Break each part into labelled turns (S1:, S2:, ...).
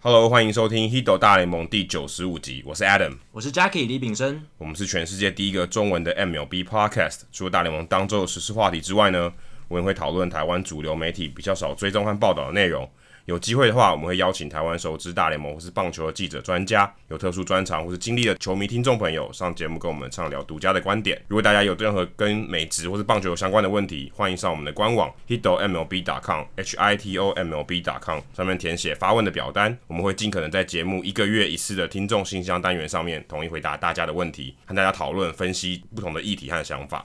S1: Hello，欢迎收听《h i d o 大联盟》第九十五集，我是 Adam，
S2: 我是 Jackie 李炳生。
S1: 我们是全世界第一个中文的 MLB Podcast。除了大联盟当周的时事话题之外呢，我们会讨论台湾主流媒体比较少追踪和报道的内容。有机会的话，我们会邀请台湾熟知大联盟或是棒球的记者、专家，有特殊专长或是经历的球迷听众朋友上节目，跟我们畅聊独家的观点。如果大家有任何跟美职或是棒球有相关的问题，欢迎上我们的官网 hitomlb.com h i t o m l b.com 上面填写发问的表单，我们会尽可能在节目一个月一次的听众信箱单元上面统一回答大家的问题，和大家讨论分析不同的议题和想法。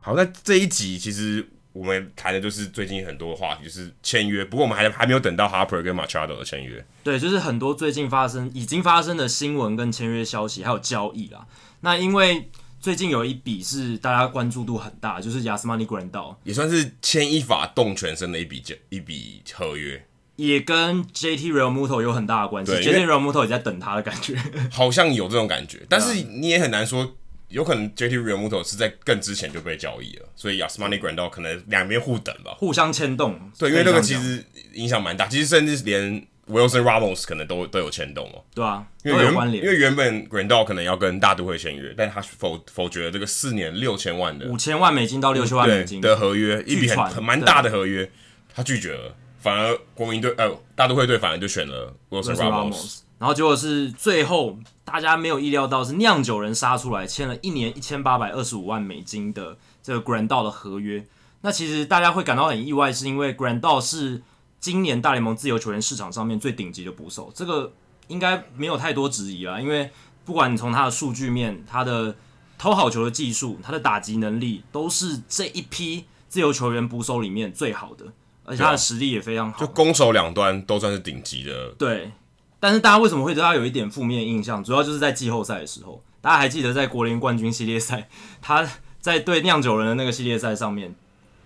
S1: 好，那这一集其实我们谈的就是最近很多话题，就是签约。不过我们还还没有等到 Harper 跟 Machado 的签约。
S2: 对，就是很多最近发生、已经发生的新闻跟签约消息，还有交易啦。那因为最近有一笔是大家关注度很大，就是亚斯曼尼古人道
S1: 也算是牵一发动全身的一笔交一笔合约，
S2: 也跟 JT Real Muto 有很大的关系
S1: 对因为
S2: ，JT Real Muto 也在等他的感觉。
S1: 好像有这种感觉，但
S2: 啊
S1: 是你也很难说，有可能 JT r e a m u t o 是在更之前就被交易了，所以 Yasmani g r a n d a 可能两边互等吧。
S2: 互相牵动，
S1: 对，因为这
S2: 可以
S1: 个
S2: 这
S1: 其
S2: 样讲
S1: 实影响蛮大，其实甚至连 Wilson Ramos 可能都都有牵动哦，
S2: 对啊，都
S1: 因为
S2: 有
S1: 原
S2: 关
S1: 因
S2: 联。
S1: 为原本 g r a n d a 可能要跟大都会签约，但他否否决了这个四年六千万的
S2: 五千万美金到六千万美
S1: 对啊
S2: 金，
S1: 的合约，一笔
S2: 据
S1: 很
S2: 传
S1: 很蛮大的合约，他拒绝了，反而国民队呃大都会队反而就选了 Wilson
S2: Wilson
S1: Ramos。
S2: Ramos 然后结果是最后大家没有意料到是酿酒人杀出来签了一年一千八百二十五万美金的这个 Grandal 的合约。那其实大家会感到很意外，是因为 Grandal 是今年大联盟自由球员市场上面最顶级的捕手，这个应该没有太多质疑啊啦。因为不管你从他的数据面、他的投好球的技术、他的打击能力，都是这一批自由球员捕手里面最好的，而且他的实力也非常好。
S1: 就攻守两端都算是顶级的，
S2: 对，但是大家为什么会对他有一点负面印象？主要就是在季后赛的时候，大家还记得在国联冠军系列赛，他在对酿酒人的那个系列赛上面，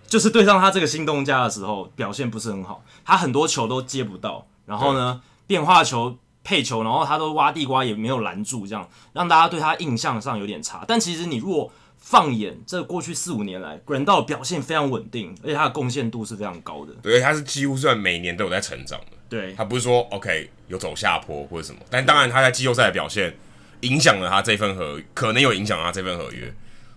S2: 就是对上他这个新东家的时候，表现不是很好，他很多球都接不到，然后呢，变化球。配球，然后他都挖地瓜也没有拦住，这样让大家对他印象上有点差。但其实你如果放眼这过去四五年来，g r a n d a l 表现非常稳定，而且他的贡献度是非常高的。
S1: 对，他是几乎算每年都有在成长的。
S2: 对，
S1: 他不是说 OK 有走下坡或者什么，但当然他在季后赛的表现影响了他这份合，可能有影响他这份合约，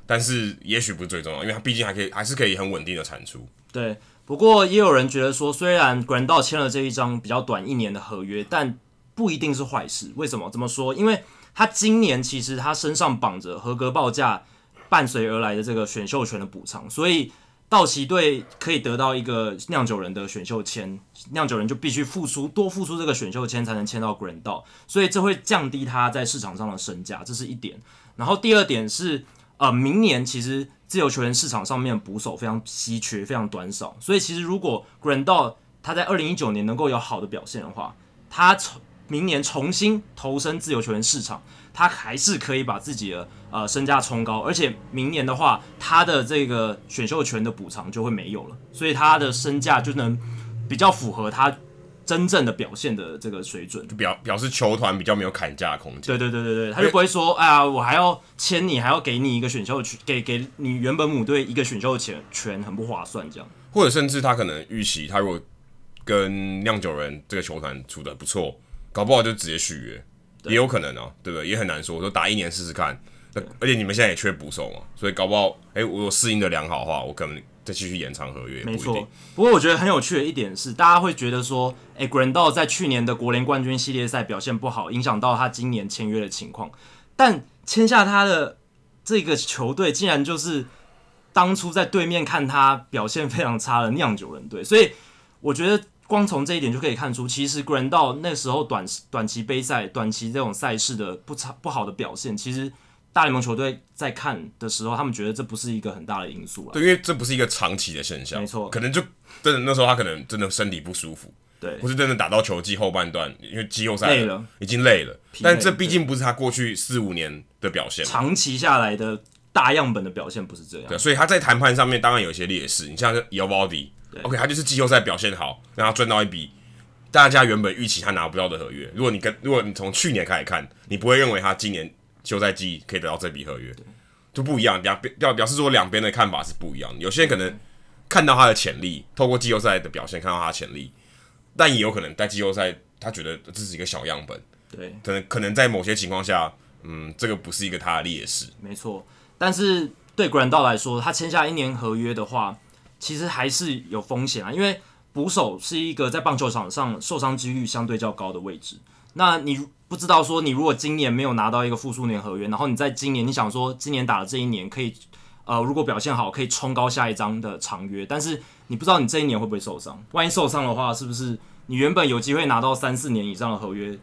S1: 但是也许不是最重要，因为他毕竟还可以还是可以很稳定的产出。
S2: 对，不过也有人觉得说，虽然 Grandal 签了这一张比较短一年的合约，但不一定是坏事。为什么这么说？因为他今年其实他身上绑着合格报价伴随而来的这个选秀权的补偿，所以道奇队可以得到一个酿酒人的选秀签，酿酒人就必须付出多付出这个选秀签才能签到 Grandal，所以这会降低他在市场上的身价，这是一点。然后第二点是，呃，明年其实自由球员市场上面捕手非常稀缺，非常短少，所以其实如果 Grandal 他在二零一九年能够有好的表现的话，他从明年重新投身自由球员市场，他还是可以把自己的呃身价冲高，而且明年的话，他的这个选秀权的补偿就会没有了，所以他的身价就能比较符合他真正的表现的这个水准。
S1: 就表表示球团比较没有砍价的空间。
S2: 对对对对对，他就不会说，哎呀，我还要签你，还要给你一个选秀权，给给你原本母队一个选秀权，权很不划算这样。
S1: 或者甚至他可能预期他如果跟酿酒人这个球团处的不错，搞不好就直接续约，也有可能啊，对不对？也很难说，说打一年试试看。那而且你们现在也缺捕手嘛，所以搞不好，哎、我有适应的良好的话，我可能再继续延长合约，也不
S2: 没
S1: 一定
S2: 错。，不过我觉得很有趣的一点是，大家会觉得说，哎、g r a n d a l 在去年的国联冠军系列赛表现不好，影响到他今年签约的情况。但签下他的这个球队，竟然就是当初在对面看他表现非常差的酿酒人队，所以我觉得光从这一点就可以看出，其实 g r a n d a l 那时候短短期杯赛、短期这种赛事的不差不好的表现，其实大联盟球队在看的时候，他们觉得这不是一个很大的因素了。
S1: 对，因为这不是一个长期的现象，
S2: 没错
S1: 可能就真的那时候他可能真的身体不舒服，
S2: 对
S1: 或是真的打到球季后半段，因为季后赛
S2: 累了，
S1: 已经累了。
S2: 累
S1: 但这毕竟不是他过去四五年的表现嘛，
S2: 长期下来的大样本的表现不是这样
S1: 对，。所以他在谈判上面当然有一些劣势。你像是 y o v a l d i o k 他就是季后赛表现好，让他赚到一笔大家原本预期他拿不到的合约。如果你跟如果你从去年开始看，你不会认为他今年休赛季可以得到这笔合约，就不一样，两边表表示说两边的看法是不一样的。有些人可能看到他的潜力，透过季后赛的表现看到他的潜力，但也有可能在季后赛他觉得这是一个小样本，
S2: 对，
S1: 可能可能在某些情况下，嗯，这个不是一个他的劣势。
S2: 没错。但是对格兰道来说，他签下一年合约的话，其实还是有风险啊，因为捕手是一个在棒球场上受伤几率相对较高的位置。那你不知道说，你如果今年没有拿到一个复数年合约，然后你在今年你想说今年打了这一年可以，呃，如果表现好可以冲高下一张的长约，但是你不知道你这一年会不会受伤。万一受伤的话，是不是你原本有机会拿到三四年以上的合约，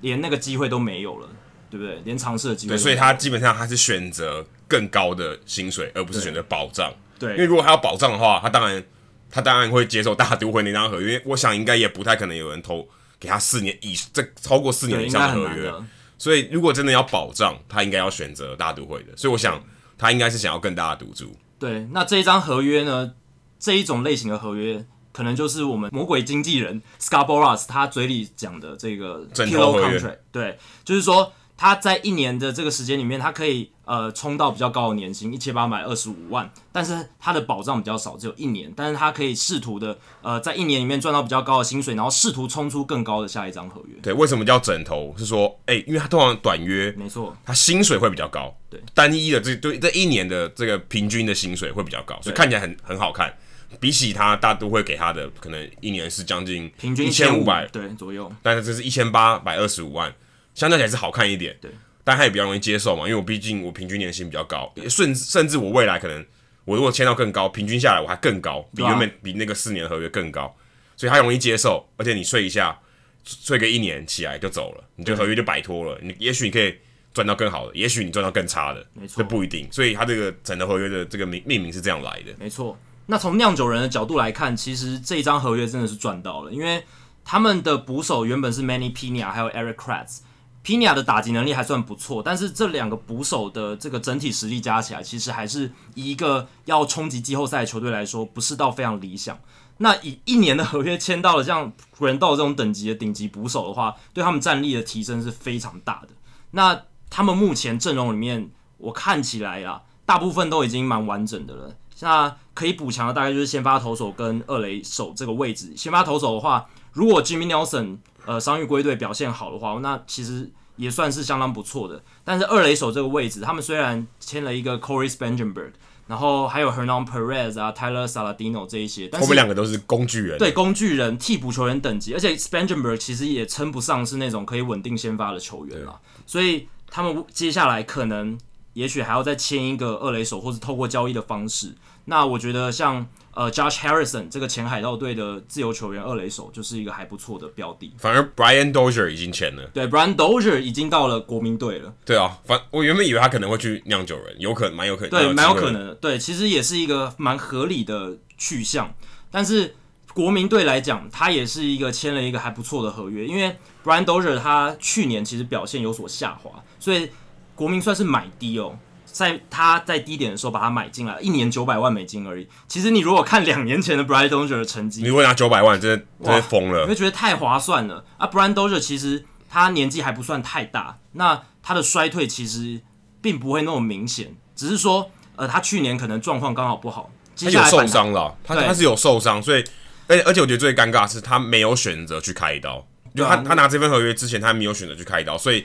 S2: 连那个机会都没有了，对不对？连尝试的机会
S1: 对，
S2: 都没有，
S1: 所以他基本上他是选择更高的薪水，而不是选择保障。因为
S2: 对
S1: 如果他要保障的话，他当然他当然会接受大都会那张合约，因为我想应该也不太可能有人投给他四年以这超过四年
S2: 对
S1: 以
S2: 应
S1: 上
S2: 该
S1: 的
S2: 很
S1: 合
S2: 难啊
S1: 约。
S2: 的。
S1: 所以如果真的要保障，他应该要选择大都会
S2: 嗯
S1: 的。所以我想他应该是想要更大的赌注。
S2: 对，那这一张合约呢，这一种类型的合约，可能就是我们魔鬼经纪人 Scarboroughs 他嘴里讲的这个
S1: 枕
S2: pillow
S1: 头合约
S2: contract，对，就是说他在一年的这个时间里面，他可以呃冲到比较高的年薪一千八百二十五万，但是他的保障比较少，只有一年，但是他可以试图的呃在一年里面赚到比较高的薪水，然后试图冲出更高的下一张合约。
S1: 对，为什么叫枕头？是说，哎、因为他通常短约，
S2: 没错，
S1: 他薪水会比较高，
S2: 对，
S1: 单一的这对这一年的这个平均的薪水会比较高，所以看起来很很好看。比起他大都会给他的可能一年是将近
S2: 平均
S1: 一千五百
S2: 对左右，
S1: 但是这是一千八百二十五万，相较起来是好看一点。
S2: 对，
S1: 但他也比较容易接受嘛，因为我毕竟我平均年薪比较高，甚甚至我未来可能我如果签到更高，平均下来我还更高，比
S2: 对啊
S1: 原本比那个四年合约更高，所以他容易接受。而且你睡一下，睡个一年起来就走了，你这个合约就摆脱了。你也许你可以赚到更好的，也许你赚到更差的，
S2: 没错
S1: 这不一定。所以他这个整个合约的这个名命名是这样来的。
S2: 没错。那从酿酒人的角度来看，其实这一张合约真的是赚到了，因为他们的捕手原本是 Manny Pina 还有 Eric Kratz。Pina 的打击能力还算不错，但是这两个捕手的这个整体实力加起来，其实还是以一个要冲击季后赛的球队来说，不是到非常理想。那以一年的合约签到了像 g r a n d 这种等级的顶级捕手的话，对他们战力的提升是非常大的。那他们目前阵容里面，我看起来啊，大部分都已经蛮完整的了。那可以补强的大概就是先发投手跟二垒手这个位置。先发投手的话，如果 Jimmy Nelson 呃伤愈归队表现好的话，那其实也算是相当不错的。但是二垒手这个位置，他们虽然签了一个 Corey Spangenberg，然后还有 Hernan Perez 啊、Tyler Saladino 这一些，但
S1: 后
S2: 是
S1: 面两个都是工具人，
S2: 对工具人、替补球员等级，而且 Spangenberg 其实也称不上是那种可以稳定先发的球员啦，所以他们接下来可能也许还要再签一个二垒手，或是透过交易的方式。那我觉得像呃 Josh Harrison 这个前海盗队的自由球员二垒手，就是一个还不错的标的。
S1: 反而 Brian Dozier 已经签了。
S2: 对，Brian Dozier 已经到了国民队了，
S1: 对啊，反我原本以为他可能会去酿酒人，有可能蛮有可能，
S2: 对，蛮有
S1: 机会
S2: 可。能的。对，其实也是一个蛮合理的去向。但是国民队来讲，他也是一个签了一个还不错的合约，因为 Brian Dozier 他去年其实表现有所下滑，所以国民算是买低哦。在他在低点的时候把他买进来，一年九百万美金而已。其实你如果看两年前的 Brian Dozier 的成绩
S1: 你，如果拿九百万，真的真
S2: 哇
S1: 的疯
S2: 你
S1: 了。
S2: 会觉得太划算了啊。b r a n d o z e r 其实他年纪还不算太大，那他的衰退其实并不会那么明显，只是说呃，他去年可能状况刚好不好，接
S1: 他
S2: 下
S1: 有
S2: 来
S1: 受
S2: 反弹
S1: 伤了，他
S2: 对
S1: 他是有受伤，所以而且而且我觉得最尴尬的是他没有选择去开刀，就
S2: 对啊
S1: 他他拿这份合约之前他没有选择去开刀，所以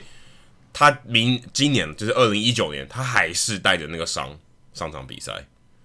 S1: 他明今年就是二零一九年，他还是带着那个伤上场比赛，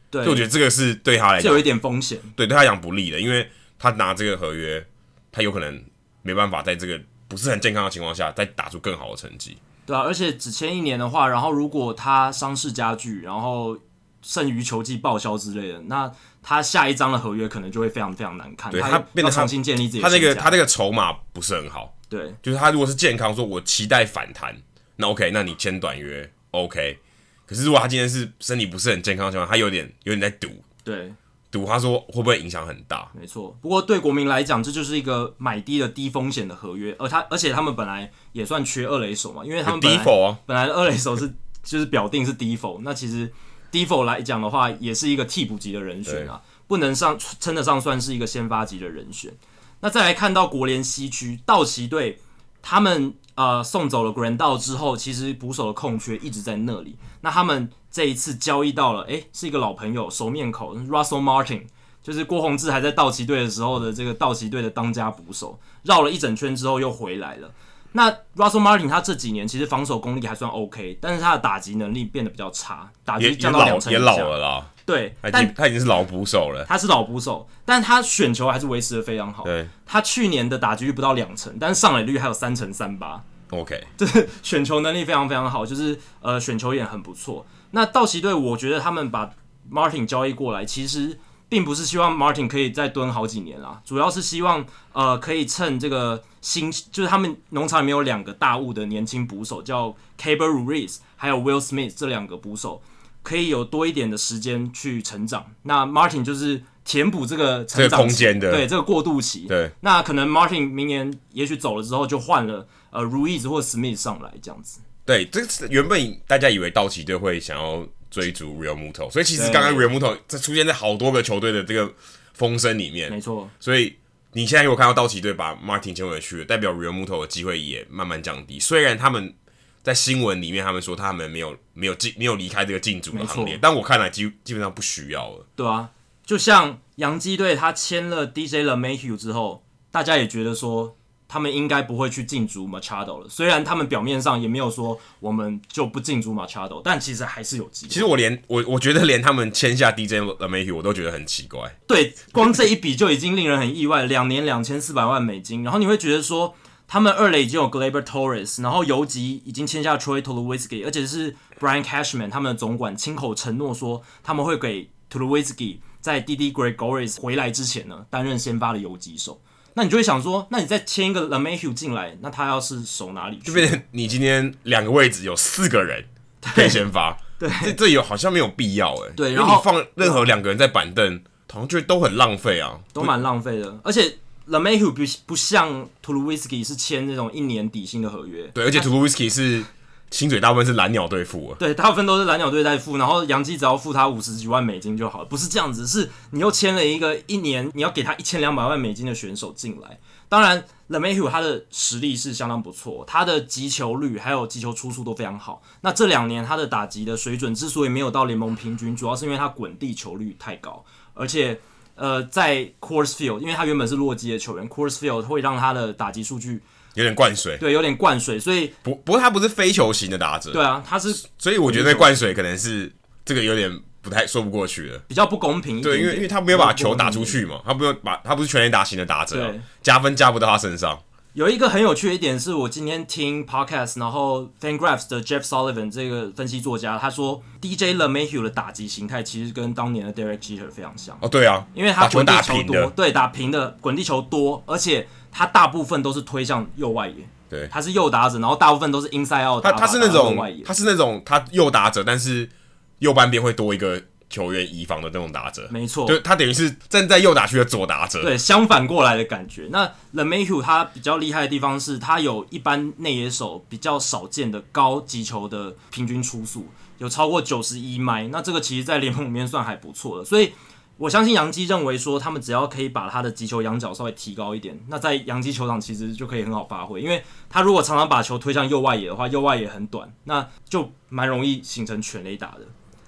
S2: 对，
S1: 所以我觉得这个是对他来
S2: 这
S1: 讲
S2: 有一点风险。
S1: 对对他来讲不利的，因为他拿这个合约，他有可能没办法在这个不是很健康的情况下再打出更好的成绩。
S2: 对啊，而且只签一年的话，然后如果他伤势加剧，然后剩余球季报销之类的，那他下一张的合约可能就会非常非常难看。
S1: 对
S2: 他
S1: 他变得
S2: 要
S1: 他
S2: 重新建立自己
S1: 他
S2: 的
S1: 那
S2: 身价。
S1: 个他那个筹码不是很好，
S2: 对
S1: 就是他如果是健康，说我期待反弹，那 OK，那你签短约 OK。可是如果他今天是身体不是很健康的情况下，他有点有点在赌
S2: 对，
S1: 赌，他说会不会影响很大？
S2: 没错，不过对国民来讲，这就是一个买低的低风险的合约，而他而且他们本来也算缺二垒手嘛，因为他们本来
S1: default 啊，
S2: 本来二垒手是就是表定是 default，那其实 default 来讲的话，也是一个替补级的人选啊，不能上称得上算是一个先发级的人选。那再来看到国联西区，道奇队他们呃送走了 Grandal 之后，其实捕手的空缺一直在那里。那他们这一次交易到了，诶，是一个老朋友、熟面孔 Russell Martin，就是郭宏志还在道奇队的时候的这个道奇队的当家捕手，绕了一整圈之后又回来了。那 Russell Martin 他这几年其实防守功力还算 OK，但是他的打击能力变得比较差，打
S1: 也
S2: 击
S1: 也
S2: 降到两
S1: 老
S2: 成
S1: 也
S2: 以
S1: 老
S2: 下
S1: 了啦，
S2: 对，
S1: 他已
S2: 但
S1: 经他已经是老捕手了。
S2: 他是老捕手，但他选球还是维持的非常好。
S1: 对
S2: 他去年的打击率不到两成，但是上垒率还有三成三八，
S1: ，OK，
S2: 就是选球能力非常非常好，就是呃选球也很不错。那道奇队，我觉得他们把 Martin 交易过来，其实并不是希望 Martin 可以再蹲好几年啦，主要是希望呃可以趁这个新，就是他们农场里面有两个大物的年轻捕手，叫 Caber Ruiz 还有 Will Smith 这两个捕手，可以有多一点的时间去成长。那 Martin 就是填补这个成
S1: 这个
S2: 长
S1: 空
S2: 期
S1: 间的
S2: 对这个过渡期，
S1: 对，
S2: 那可能 Martin 明年也许走了之后就换了呃 Ruiz 或 Smith 上来这样子。
S1: 对，这是原本大家以为道奇队会想要追逐 Real Muto，所以其实刚刚
S2: 对
S1: Real Muto 在出现在好多个球队的这个风声里面
S2: 没，错，
S1: 所以你现在如果看到道奇队把 Martin 签回去，代表 Real Muto 的机会也慢慢降低。虽然他们在新闻里面他们说他们没有没有进没有离开这个进组的行
S2: 没
S1: 列
S2: 错，
S1: 但我看来基基本上不需要了。
S2: 对啊，就像洋基队他签了 DJ l e m a h e w 之后，大家也觉得说他们应该不会去禁足 Machado 了。虽然他们表面上也没有说我们就不禁足 Machado，但其实还是有机会。
S1: 其实我连我我觉得连他们签下 DJ l a m a h e 我都觉得很奇怪。
S2: 对，光这一笔就已经令人很意外，两年两千四百万美金，然后你会觉得说，他们二垒已经有 Glaber Torres，然后游击已经签下 Troy t u l o w i z k i 而且是 Brian Cashman 他们的总管亲口承诺说，他们会给 t u l o w i z k i 在 DD Gregoris 回来之前呢，担任先发的游击手。那你就会想说，那你再签一个 Lemayhew 进来，那他要是守哪里去？
S1: 就变成你今天两个位置有四个人可以先发，对，这这有好像没有必要哎、
S2: 对
S1: 因为
S2: 然后
S1: 你放任何两个人在板凳，好像觉得都很浪费啊。
S2: 都蛮浪费的。而且 Lemayhew 不不像 t u l o w i z k i 是签那种一年底薪的合约，
S1: 对，而且 t u l o w i s k y 是薪水大部分是蓝鸟队付啊，
S2: 对，大部分都是蓝鸟队在付，然后洋基只要付他五十几万美金就好了，不是这样子，是你又签了一个一年你要给他一千两百万美金的选手进来。当然 l e m a h u 他的实力是相当不错，他的击球率还有击球出速都非常好。那这两年他的打击的水准之所以没有到联盟平均，主要是因为他滚地球率太高，而且呃，在 Coors Field，因为他原本是洛基的球员，Coors Field 会让他的打击数据
S1: 有点灌水。
S2: 对有点灌水，所以
S1: 不不过他不是非球型的打者，
S2: 对啊，他是
S1: 所以我觉得灌水可能是这个有点不太说不过去了。
S2: 比较不公平一点
S1: 对，
S2: 点
S1: 因为因为他没有把球
S2: 比较不公平
S1: 打
S2: 一点
S1: 出
S2: 点
S1: 去嘛，他不用把他不是全垒打型的打者啊、
S2: 对
S1: 加分加不到他身上。
S2: 有一个很有趣的一点是我今天听 podcast，然后 FanGraphs 的 Jeff Sullivan 这个分析作家，他说 DJ LeMahieu 的打击形态其实跟当年的 Derek Jeter 非常像，
S1: 哦，对啊，
S2: 因为
S1: 把
S2: 他
S1: 球
S2: 滚地
S1: 打
S2: 球
S1: 平
S2: 多，
S1: 的，
S2: 对，打平的滚地球多，而且他大部分都是推向右外野，
S1: 对，
S2: 他是右打者，然后大部分都是 inside out，
S1: 他
S2: 打
S1: 他是那
S2: 打右外
S1: 种
S2: 野
S1: 他，是那种他右打者，但是右半边会多一个球员移防的那种打者，
S2: 没错，
S1: 就他等于是站在右打区的左打者，
S2: 对，相反过来的感觉。那 l e m a h u 他比较厉害的地方是，他有一般内野手比较少见的高击球的平均出速，有超过九十一迈。那这个其实在联盟里面算还不错的，所以。我相信杨基认为说，他们只要可以把他的击球仰角稍微提高一点，那在杨基球场其实就可以很好发挥。因为他如果常常把球推向右外野的话，右外野很短，那就蛮容易形成全垒打的。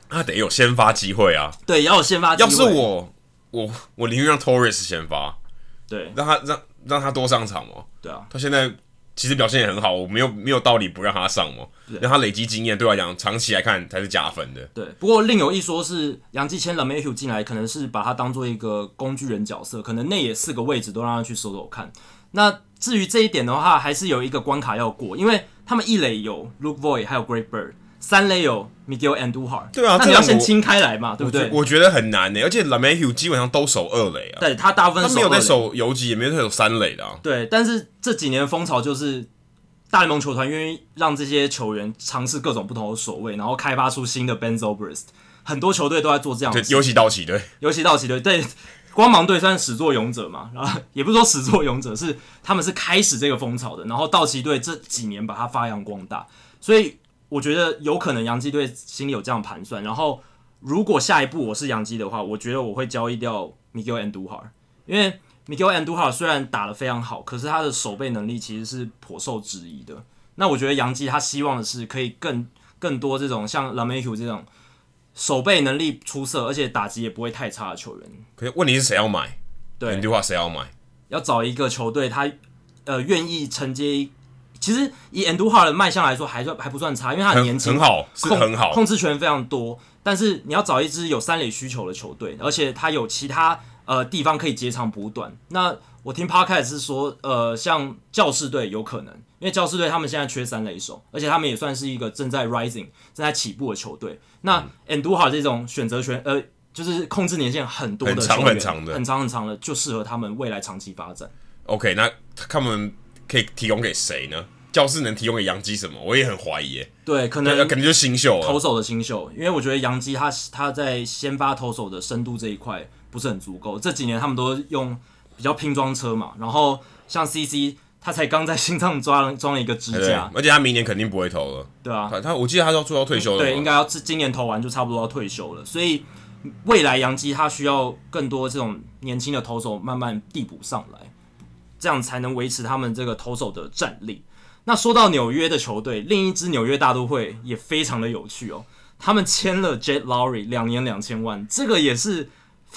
S1: 他得有先发机会啊。
S2: 对，要有先发机
S1: 要
S2: 会。
S1: 是我我我宁愿让 Torres 先发，
S2: 对
S1: 让他让让他多上场哦。
S2: 对啊，
S1: 他现在其实表现也很好，我没有没有道理不让他上哦，让他累积经验，对我来讲长期来看才是加分的。
S2: 对，不过另有一说是杨继谦 l e m a h u 进来，可能是把他当做一个工具人角色，可能内野四个位置都让他去守守看。那至于这一点的话，还是有一个关卡要过，因为他们一垒有 Luke Voy 还有 Great Bird，三垒有 Miguel Andujar，
S1: 对啊
S2: 那
S1: 这
S2: 你要
S1: 让
S2: 先
S1: 我
S2: 清开来嘛，对不
S1: 我觉
S2: 对？
S1: 我觉得很难欸呢、而且 l a m a h u 基本上都守二垒啊，
S2: 对他大部分
S1: 他
S2: 是
S1: 没有在
S2: 二垒
S1: 守游击，也没有在守三垒的啊。
S2: 对，但是这几年的风潮就是大联盟球团愿意让这些球员尝试各种不同的守卫，然后开发出新的 Ben Zobrist，很多球队都在做这样的
S1: 对
S2: 事，情
S1: 尤其道奇队，
S2: 尤其道奇队对光芒队算是始作俑者嘛，然后也不是说始作俑者，是他们是开始这个风潮的，然后道奇队这几年把它发扬光大，所以我觉得有可能洋基队心里有这样盘算，然后如果下一步我是洋基的话，我觉得我会交易掉 Miguel Andujar，因为 Miguel Andujar 虽然打得非常好，可是他的守备能力其实是颇受质疑的。那我觉得杨基他希望的是可以更更多这种像 Lamehu 这种守备能力出色，而且打击也不会太差的球员。
S1: 可是问题是谁要买？
S2: 对
S1: 你句话谁要买？
S2: 要找一个球队，他呃愿意承接一。其实以 Andujar 的卖相来说，还算还不算差，因为他
S1: 很
S2: 年轻，
S1: 很好，是
S2: 控
S1: 很好。
S2: 控制权非常多。但是你要找一支有三垒需求的球队，而且他有其他呃地方可以截长补短。那我听 Podcast 是说，呃，像教士队有可能，因为教士队他们现在缺三垒手，而且他们也算是一个正在 rising、正在起步的球队。那 a n d u h a 这种选择权，呃，就是控制年限很多的
S1: 很长
S2: 球员
S1: 很长的
S2: 很长很长的，就适合他们未来长期发展。
S1: OK，那他们可以提供给谁呢？教室能提供给杨基什么？我也很怀疑耶，
S2: 对，可
S1: 那
S2: 能
S1: 肯定就是新秀
S2: 投
S1: 了。
S2: 手的新秀，因为我觉得杨基他他在先发投手的深度这一块不是很足够。这几年他们都用比较拼装车嘛，然后像 CC 他才刚在 心脏抓了装了一个支
S1: 对不对，
S2: 架，
S1: 而且他明年肯定不会投了。
S2: 对啊，
S1: 他他，我记得他要做到退休了嘛。
S2: 对，应该要是今年投完就差不多要退休了，所以未来杨基他需要更多这种年轻的投手慢慢递补上来，这样才能维持他们这个投手的战力。那说到纽约的球队，另一支纽约大都会也非常的有趣哦，他们签了 Jet Lowry 两年两千万，这个也是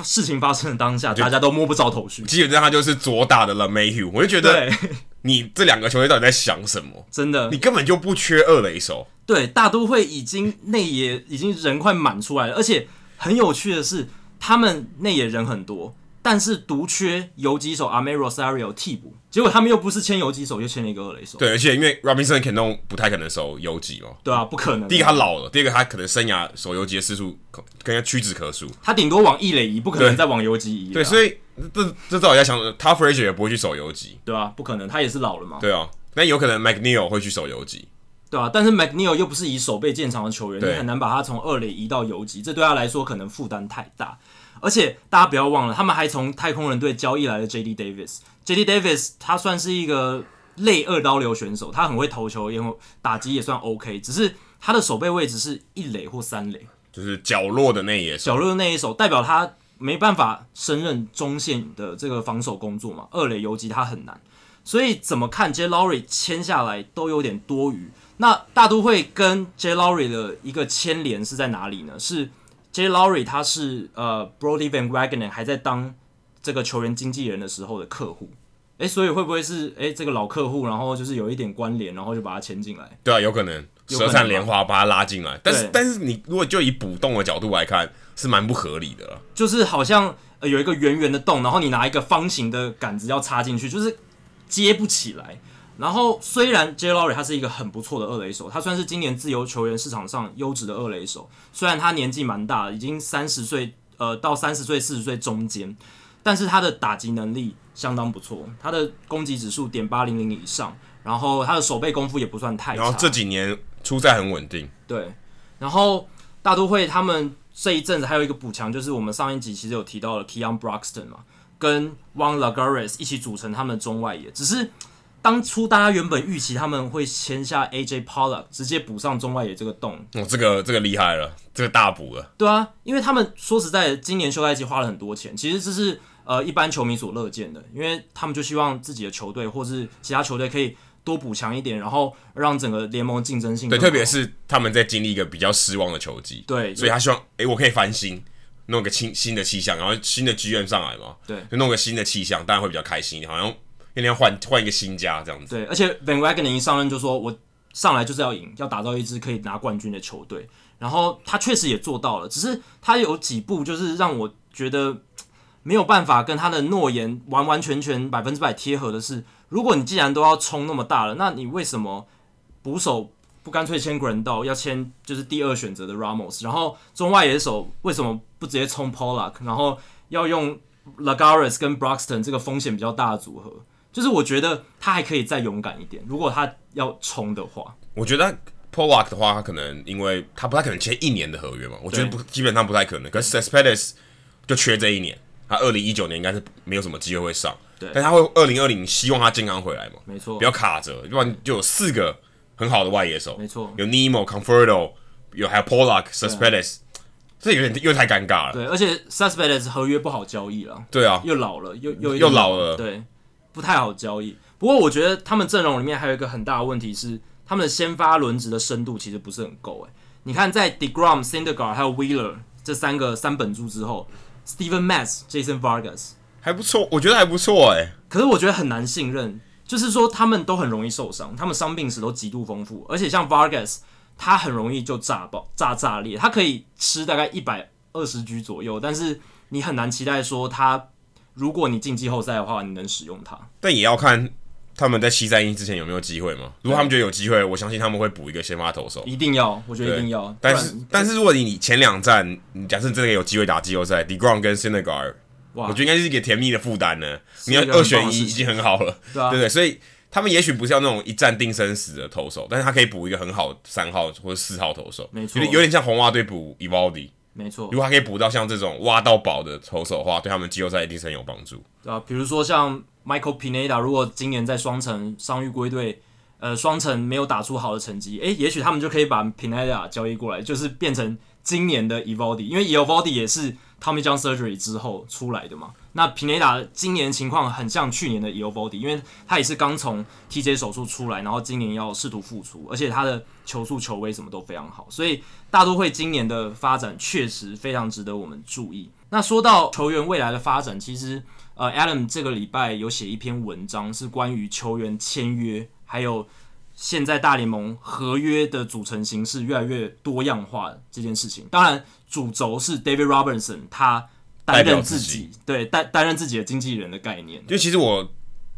S2: 事情发生的当下，大家都摸不着头绪。
S1: 基本上他就是左打的 l a m a h u 我就觉得
S2: 对，
S1: 你这两个球队到底在想什么？
S2: 真的
S1: 你，根本就不缺二垒手，
S2: 对，大都会已经内野已经人快满出来了，而且很有趣的是，他们内野人很多，但是独缺游击手 a m e Rosario 替补，结果他们又不是签游击手，又签了一个二垒手。
S1: 对，而且因为 Robinson Cano 不太可能守游击哦。
S2: 对啊，不可能。
S1: 第一个他老了，第二个他可能生涯守游击的次数可跟人家屈指可数。
S2: 他顶多往一垒移，不可能
S1: 对
S2: 再往游击移了啊。
S1: 对，所以这这到底在想什么，Tough Frazier 也不会去守游击，
S2: 对啊，不可能，他也是老了嘛。
S1: 对啊，但有可能 McNeil 会去守游击，
S2: 对啊，但是 McNeil 又不是以守备见长的球员，
S1: 对
S2: 你很难把他从二垒移到游击，这对他来说可能负担太大。而且大家不要忘了，他们还从太空人队交易来的 J.D. Davis，J.D. Davis 他算是一个类二刀流选手，他很会投球，也很打击也算 OK，只是他的守备位置是一垒或三垒，
S1: 就是角落的内野手。
S2: 角落的那一手代表他没办法胜任中线的这个防守工作嘛，二垒游击他很难，所以怎么看 J. Lowry 签下来都有点多余。那大都会跟 J. Lowry 的一个牵连是在哪里呢？是 J. Lowry 他是呃 Brody Van Wagenen 还在当这个球员经纪人的时候的客户。诶，所以会不会是诶这个老客户，然后就是有一点关联，然后就把他签进来？
S1: 对啊，有可能
S2: 有可
S1: 舌
S2: 能
S1: 灿
S2: 吧
S1: 莲花把他拉进来，但是
S2: 对
S1: 但是你如果就以补洞的角度来看，是蛮不合理的了。
S2: 就是好像、呃、有一个圆圆的洞，然后你拿一个方形的杆子要插进去，就是接不起来。然后虽然 J. Lowry 他是一个很不错的二垒手，他算是今年自由球员市场上优质的二垒手，虽然他年纪蛮大的，已经三十岁，呃，到三十岁四十岁中间，但是他的打击能力相当不错，他的攻击指数点八零零以上，然后他的手背功夫也不算太差。
S1: 然后这几年出赛很稳定，
S2: 对，然后大都会他们这一阵子还有一个补强，就是我们上一集其实有提到了 Keon Broxton 嘛，跟 Juan Lagares 一起组成他们的中外野。只是当初大家原本预期他们会签下 AJ Pollock，直接补上中外野这个洞，
S1: 哦，这个这个厉害了，这个大补了。
S2: 对啊，因为他们说实在的，今年休赛季花了很多钱，其实这是呃一般球迷所乐见的，因为他们就希望自己的球队或是其他球队可以多补强一点，然后让整个联盟竞争性
S1: 对，
S2: 更
S1: 特别
S2: 好
S1: 是他们在经历一个比较失望的球季，
S2: 对
S1: 所以他希望，诶，我可以翻新，弄个新新的气象，然后新的剧院上来嘛，
S2: 对
S1: 就弄个新的气象，当然会比较开心一点，好像一定要换换一个新家这样子。
S2: 对，而且 Van Wagenen 一上任就说，我上来就是要赢，要打造一支可以拿冠军的球队。然后他确实也做到了，只是他有几步就是让我觉得嘖没有办法跟他的诺言完完全全百分之百贴合的是，如果你既然都要冲那么大了，那你为什么捕手不干脆签 g r a n d a l 要签就是第二选择的 Ramos，然后中外野手为什么不直接冲 Pollock，然后要用 Lagares 跟 Broxton 这个风险比较大的组合？就是我觉得他还可以再勇敢一点，如果他要冲的话，
S1: 我觉得 Pollock 的话，他可能因为他不太可能签一年的合约嘛，我觉得不基本上不太可能。可是 Cespedes 就缺这一年，他二零一九年应该是没有什么机会会上，
S2: 对
S1: 但他会二零二零希望他健康回来嘛，
S2: 没错
S1: 不，要卡着，不然就有四个很好的外野手，
S2: 没错啊
S1: 有 Nemo、Conforto，有还有 Pollock、Suspedes，这有点又太尴尬了。
S2: 对，而且 Suspect 合约不好交易了，
S1: 对啊，
S2: 又老了，又又
S1: 又老了
S2: 对，不太好交易。不过我觉得他们阵容里面还有一个很大的问题是，他们的先发轮值的深度其实不是很够。哎，你看在 Degrom、Syndergaard 还有 Wheeler 这三个三本柱之后，Steven Matz、Jason Vargas，
S1: 还不错，我觉得还不错哎、
S2: 可是我觉得很难信任，就是说他们都很容易受伤，他们伤病史都极度丰富，而且像 Vargas，他很容易就炸爆、炸炸裂，他可以吃大概一百二十局左右，但是你很难期待说他，如果你进季后赛的话，你能使用他。
S1: 但也要看他们在七三一之前有没有机会嘛。如果他们觉得有机会，我相信他们会补一个先发投手。
S2: 一定要，我觉得
S1: 对
S2: 一定要。
S1: 但
S2: 不
S1: 是
S2: 然
S1: 但是如果你前两站，你假设真的有机会打季后赛，Degrom 跟 s e n e g a r
S2: 哇
S1: 我觉得应该是一个甜蜜的负担呢。你
S2: 一
S1: 要
S2: 个
S1: 二
S2: 很棒
S1: 选
S2: 的事
S1: 一
S2: 情
S1: 已经很好了，
S2: 对啊
S1: 对不对？所以他们也许不是要那种一战定生死的投手，但是他可以补一个很好的三号或者四号投手，
S2: 没错
S1: 有点有点像红袜队补 Evaldi。
S2: 没错
S1: 如，果他可以补到像这种挖到宝的投手的话，对他们季后赛一定是很有帮助。
S2: 对啊，比如说像 Michael Pineda，如果今年在双城伤愈归队，呃，双城没有打出好的成绩，诶，也许他们就可以把 Pineda 交易过来，就是变成今年的 Evaldi，因为 Evaldi 也是 Tommy John surgery 之后出来的嘛。那 Pineda 今年情况很像去年的 Evaldi，因为他也是刚从 TJ 手术出来，然后今年要试图复出，而且他的球速、球威什么都非常好，所以大都会今年的发展确实非常值得我们注意。那说到球员未来的发展，其实呃，Adam 这个礼拜有写一篇文章，是关于球员签约，还有现在大联盟合约的组成形式越来越多样化这件事情。当然，主轴是 David Robertson 他担
S1: 代表
S2: 任
S1: 自
S2: 自
S1: 己
S2: 己对担担任自己的经纪人的概念。
S1: 因为其实我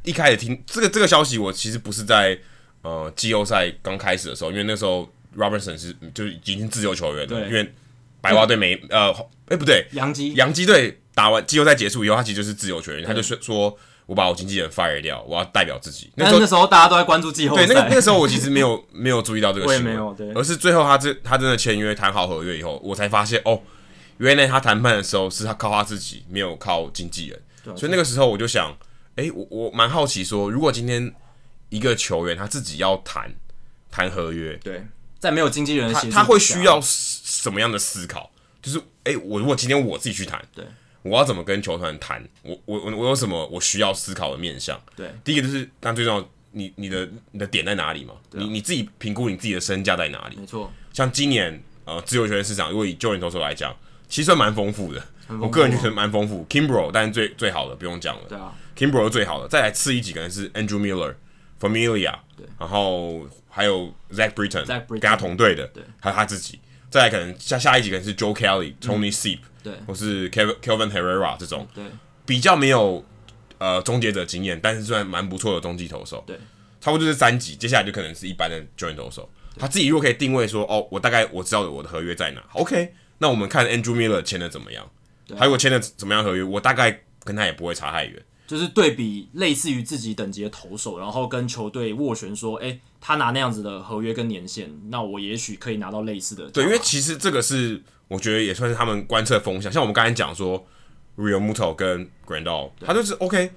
S1: 一开始听这个这个消息，我其实不是在呃季后赛刚开始的时候，因为那时候 Robertson 是就已经自由球员了，
S2: 对
S1: 因为白袜队没呃哎不对，
S2: 杨基
S1: 洋基队打完季后赛结束以后，他其实就是自由球员，他就说说我把我经纪人 fire 掉，我要代表自己。那
S2: 但
S1: 时
S2: 是
S1: 候
S2: 那时候大家都在关注季后
S1: 对
S2: 赛，
S1: 那个那个时候我其实没有没有注意到这个
S2: 我也
S1: 新闻，
S2: 没有对
S1: 而是最后他这他真的签约谈好合约以后，我才发现哦，原来他谈判的时候是他靠他自己，没有靠经纪人。
S2: 啊
S1: 所以那个时候我就想，诶，我我蛮好奇说，如果今天一个球员他自己要谈谈合约，
S2: 对，在没有经纪人的
S1: 他
S2: 协助
S1: 他会
S2: 下
S1: 需要什什么样的思考？就是诶，我如果今天我自己去谈，
S2: 对，
S1: 我要怎么跟球团谈？我我我我有什么我需要思考的面向？
S2: 对
S1: 第一个就是，但最重要，你你的你的点在哪里嘛？
S2: 啊
S1: 你你自己评估你自己的身价在哪里？
S2: 没错，
S1: 像今年呃自由球员市场，如果以救援投手来讲，其实算蛮丰富的。
S2: 很丰富
S1: 我个人觉得蛮丰富，Kimbro 但是最最好的不用讲了
S2: 对啊，
S1: ，Kimbro 是最好的，再来次一级可能是 Andrew Miller、Familia，然后还有 Zach Britton，
S2: Zach
S1: 跟
S2: Britton
S1: 他同队的，还有他自己。再来可能下下一集可能是 Joe Kelly、Tony Seep，
S2: 对
S1: 或是 Kevin Kelvin Herrera 这种
S2: 对
S1: 比较没有呃终结者经验，但是算蛮不错的中继投手。
S2: 对，
S1: 差不多就是三级，接下来就可能是一般的救援投手。他自己如果可以定位说，哦，我大概我知道我的合约在哪，OK，那我们看 Andrew Miller 签的怎么样，他如果签的怎么样合约，我大概跟他也不会差太远。
S2: 就是对比类似于自己等级的投手，然后跟球队斡旋说，诶，他拿那样子的合约跟年限，那我也许可以拿到类似的价码。
S1: 对，因为其实这个是我觉得也算是他们观测风向，像我们刚才讲说 Real Muto 跟 Grandal，他就是 OK。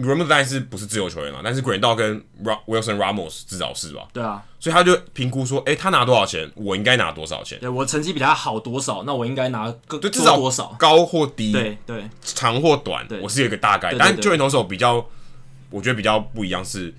S1: Real Muto 当然是不是自由球员了，但是 Grandal 跟 Ra- Wilson Ramos 至少是吧？
S2: 对啊，
S1: 所以他就评估说，诶，他拿多少钱，我应该拿多少钱，
S2: 对我成绩比他好多少，那我应该拿更
S1: 就至
S2: 多
S1: 少
S2: 多少？
S1: 高或低，
S2: 对对
S1: 长或短，
S2: 对
S1: 我是有一个大概。
S2: 对对
S1: 但
S2: 对
S1: 救援投手比较，我觉得比较不一样是，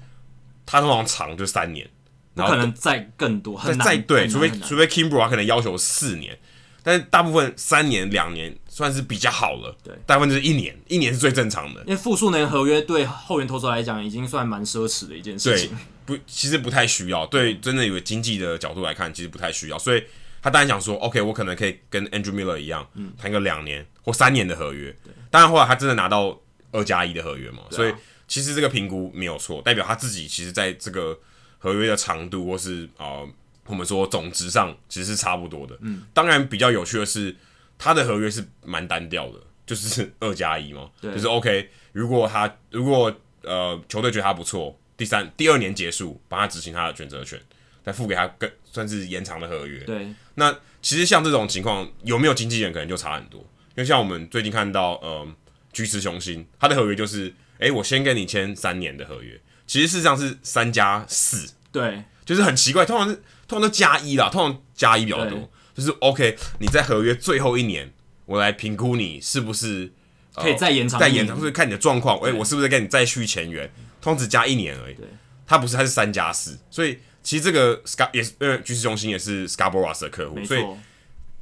S1: 他通常长就三年，
S2: 不
S1: 然后
S2: 可能再更多，
S1: 再
S2: 很难
S1: 再对，
S2: 很难
S1: 除非
S2: 很难
S1: 除非 Kimbro 他可能要求四年，但是大部分三年两年算是比较好了，
S2: 对
S1: 大部分就是一年，一年是最正常的，
S2: 因为复数年合约对后援投手来讲已经算蛮奢侈的一件事
S1: 对
S2: 情。，
S1: 不，其实不太需要，对，真的有经济的角度来看，其实不太需要，所以他当然想说，OK，我可能可以跟 Andrew Miller 一样，
S2: 嗯
S1: 谈个两年或三年的合约，当然后来他真的拿到二加一的合约嘛，
S2: 啊
S1: 所以其实这个评估没有错，代表他自己其实在这个合约的长度或是啊、呃我们说总值上其实是差不多的。嗯，当然比较有趣的是，他的合约是蛮单调的，就是 二加一嘛，
S2: 对
S1: 就是 OK。如果他如果呃球队觉得他不错，第三第二年结束，帮他执行他的选择权，再付给他更算是延长的合约。
S2: 对
S1: 那其实像这种情况，有没有经纪人可能就差很多。因为像我们最近看到，嗯，菊池雄心他的合约就是，诶、我先跟你签三年的合约，其实事实上是三加四，
S2: 对
S1: 就是很奇怪，通常是通常都加一啦，通常加一比较多
S2: 对。
S1: 所就是 OK，你在合约最后一年，我来评估你是不是、呃
S2: 可以再延长一
S1: 再
S2: 年
S1: 延长，或者看你的状况，哎、我是不是跟你再续前缘？通常只加一年而已。
S2: 对，
S1: 他不是，他是三加四，所以其实这个 Scar 也是，呃因为军事中心也是 Scarborough 的客户，
S2: 没
S1: 所以
S2: 错，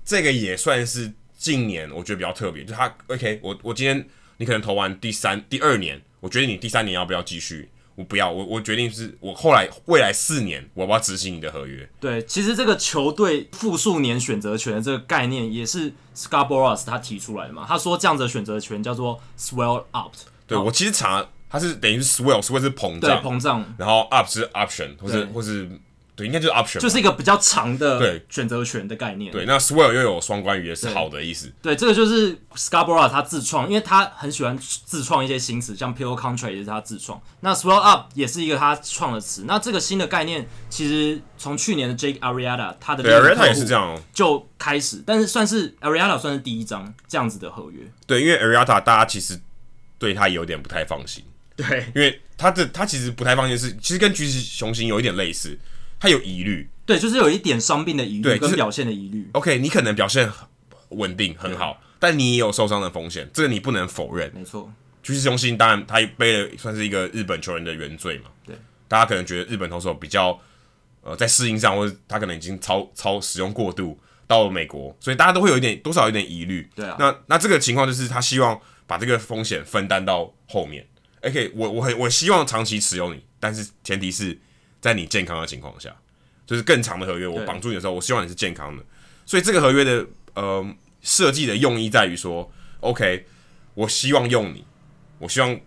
S1: 这个也算是近年我觉得比较特别，就他 OK，我我今天你可能投完第三、第二年，我决定你第三年要不要继续，我不要，我我决定是我后来未来四年我要不要执行你的合约，
S2: 对，其实这个球队复数年选择权的这个概念也是 Scarborough 他提出来的嘛。他说这样子的选择权叫做 swell up，
S1: 对、我其实查它是等于是 swell，swell 是膨
S2: 对，
S1: 胀，
S2: 膨胀
S1: 然后 up 是 option 或
S2: 对
S1: 是或是对，应该就是 option
S2: 就
S1: 嘛。
S2: 是一个比较长的
S1: 对
S2: 选择权的概念。
S1: 对，那 swell 又有双关语，也是好的意思。
S2: 对，这个就是 Scarborough 他自创，因为他很喜欢自创一些新词，像 pillow contract 也是他自创，那 swell up 也是一个他创的词。那这个新的概念其实从去年的 Jake Arrieta 他的
S1: 对
S2: 另一个客户
S1: ，Areta 也是这样哦。
S2: 就开始，但是算是 Arrieta 算是第一张这样子的合约。
S1: 对，因为 Areta 大家其实对他有点不太放心，
S2: 对
S1: 因为他的他其实不太放心是，其实跟橘子雄心有一点类似，他有疑虑。
S2: 对，就是有一点伤病的疑虑
S1: 对就
S2: 跟
S1: 是
S2: 表现的疑虑，
S1: OK，你可能表现很稳定很好，但你也有受伤的风险，这个你不能否认。
S2: 没错，
S1: 橘子雄心当然他背了算是一个日本球员的原罪嘛。
S2: 对，
S1: 大家可能觉得日本投手比较呃在适应上，或者他可能已经超超使用过度到了美国，所以大家都会有一点多少有点疑虑。
S2: 对啊
S1: 那那这个情况就是他希望把这个风险分担到后面。OK，我我很我希望长期持有你，但是前提是在你健康的情况下，就是更长的合约，我
S2: 对
S1: 绑住你的时候，我希望你是健康的。所以这个合约的呃设计的用意在于说，OK，我希望用你，我希望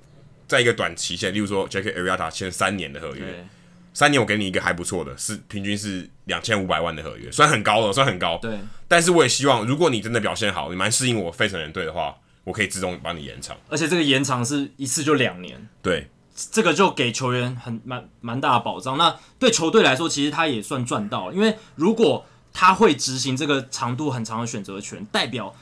S1: 在一个短期限，例如说 J.K. Arietta 签三年的合约，
S2: 对
S1: 三年我给你一个还不错的，是平均是两千五百万的合约，虽然很高了，算很高。
S2: 对
S1: 但是我也希望，如果你真的表现好，你蛮适应我费城人队的话，我可以自动帮你延长。
S2: 而且这个延长是一次就两年，
S1: 对
S2: 这个就给球员很蛮蛮大的保障。那对球队来说，其实他也算赚到了，因为如果他会执行这个长度很长的选择权，代表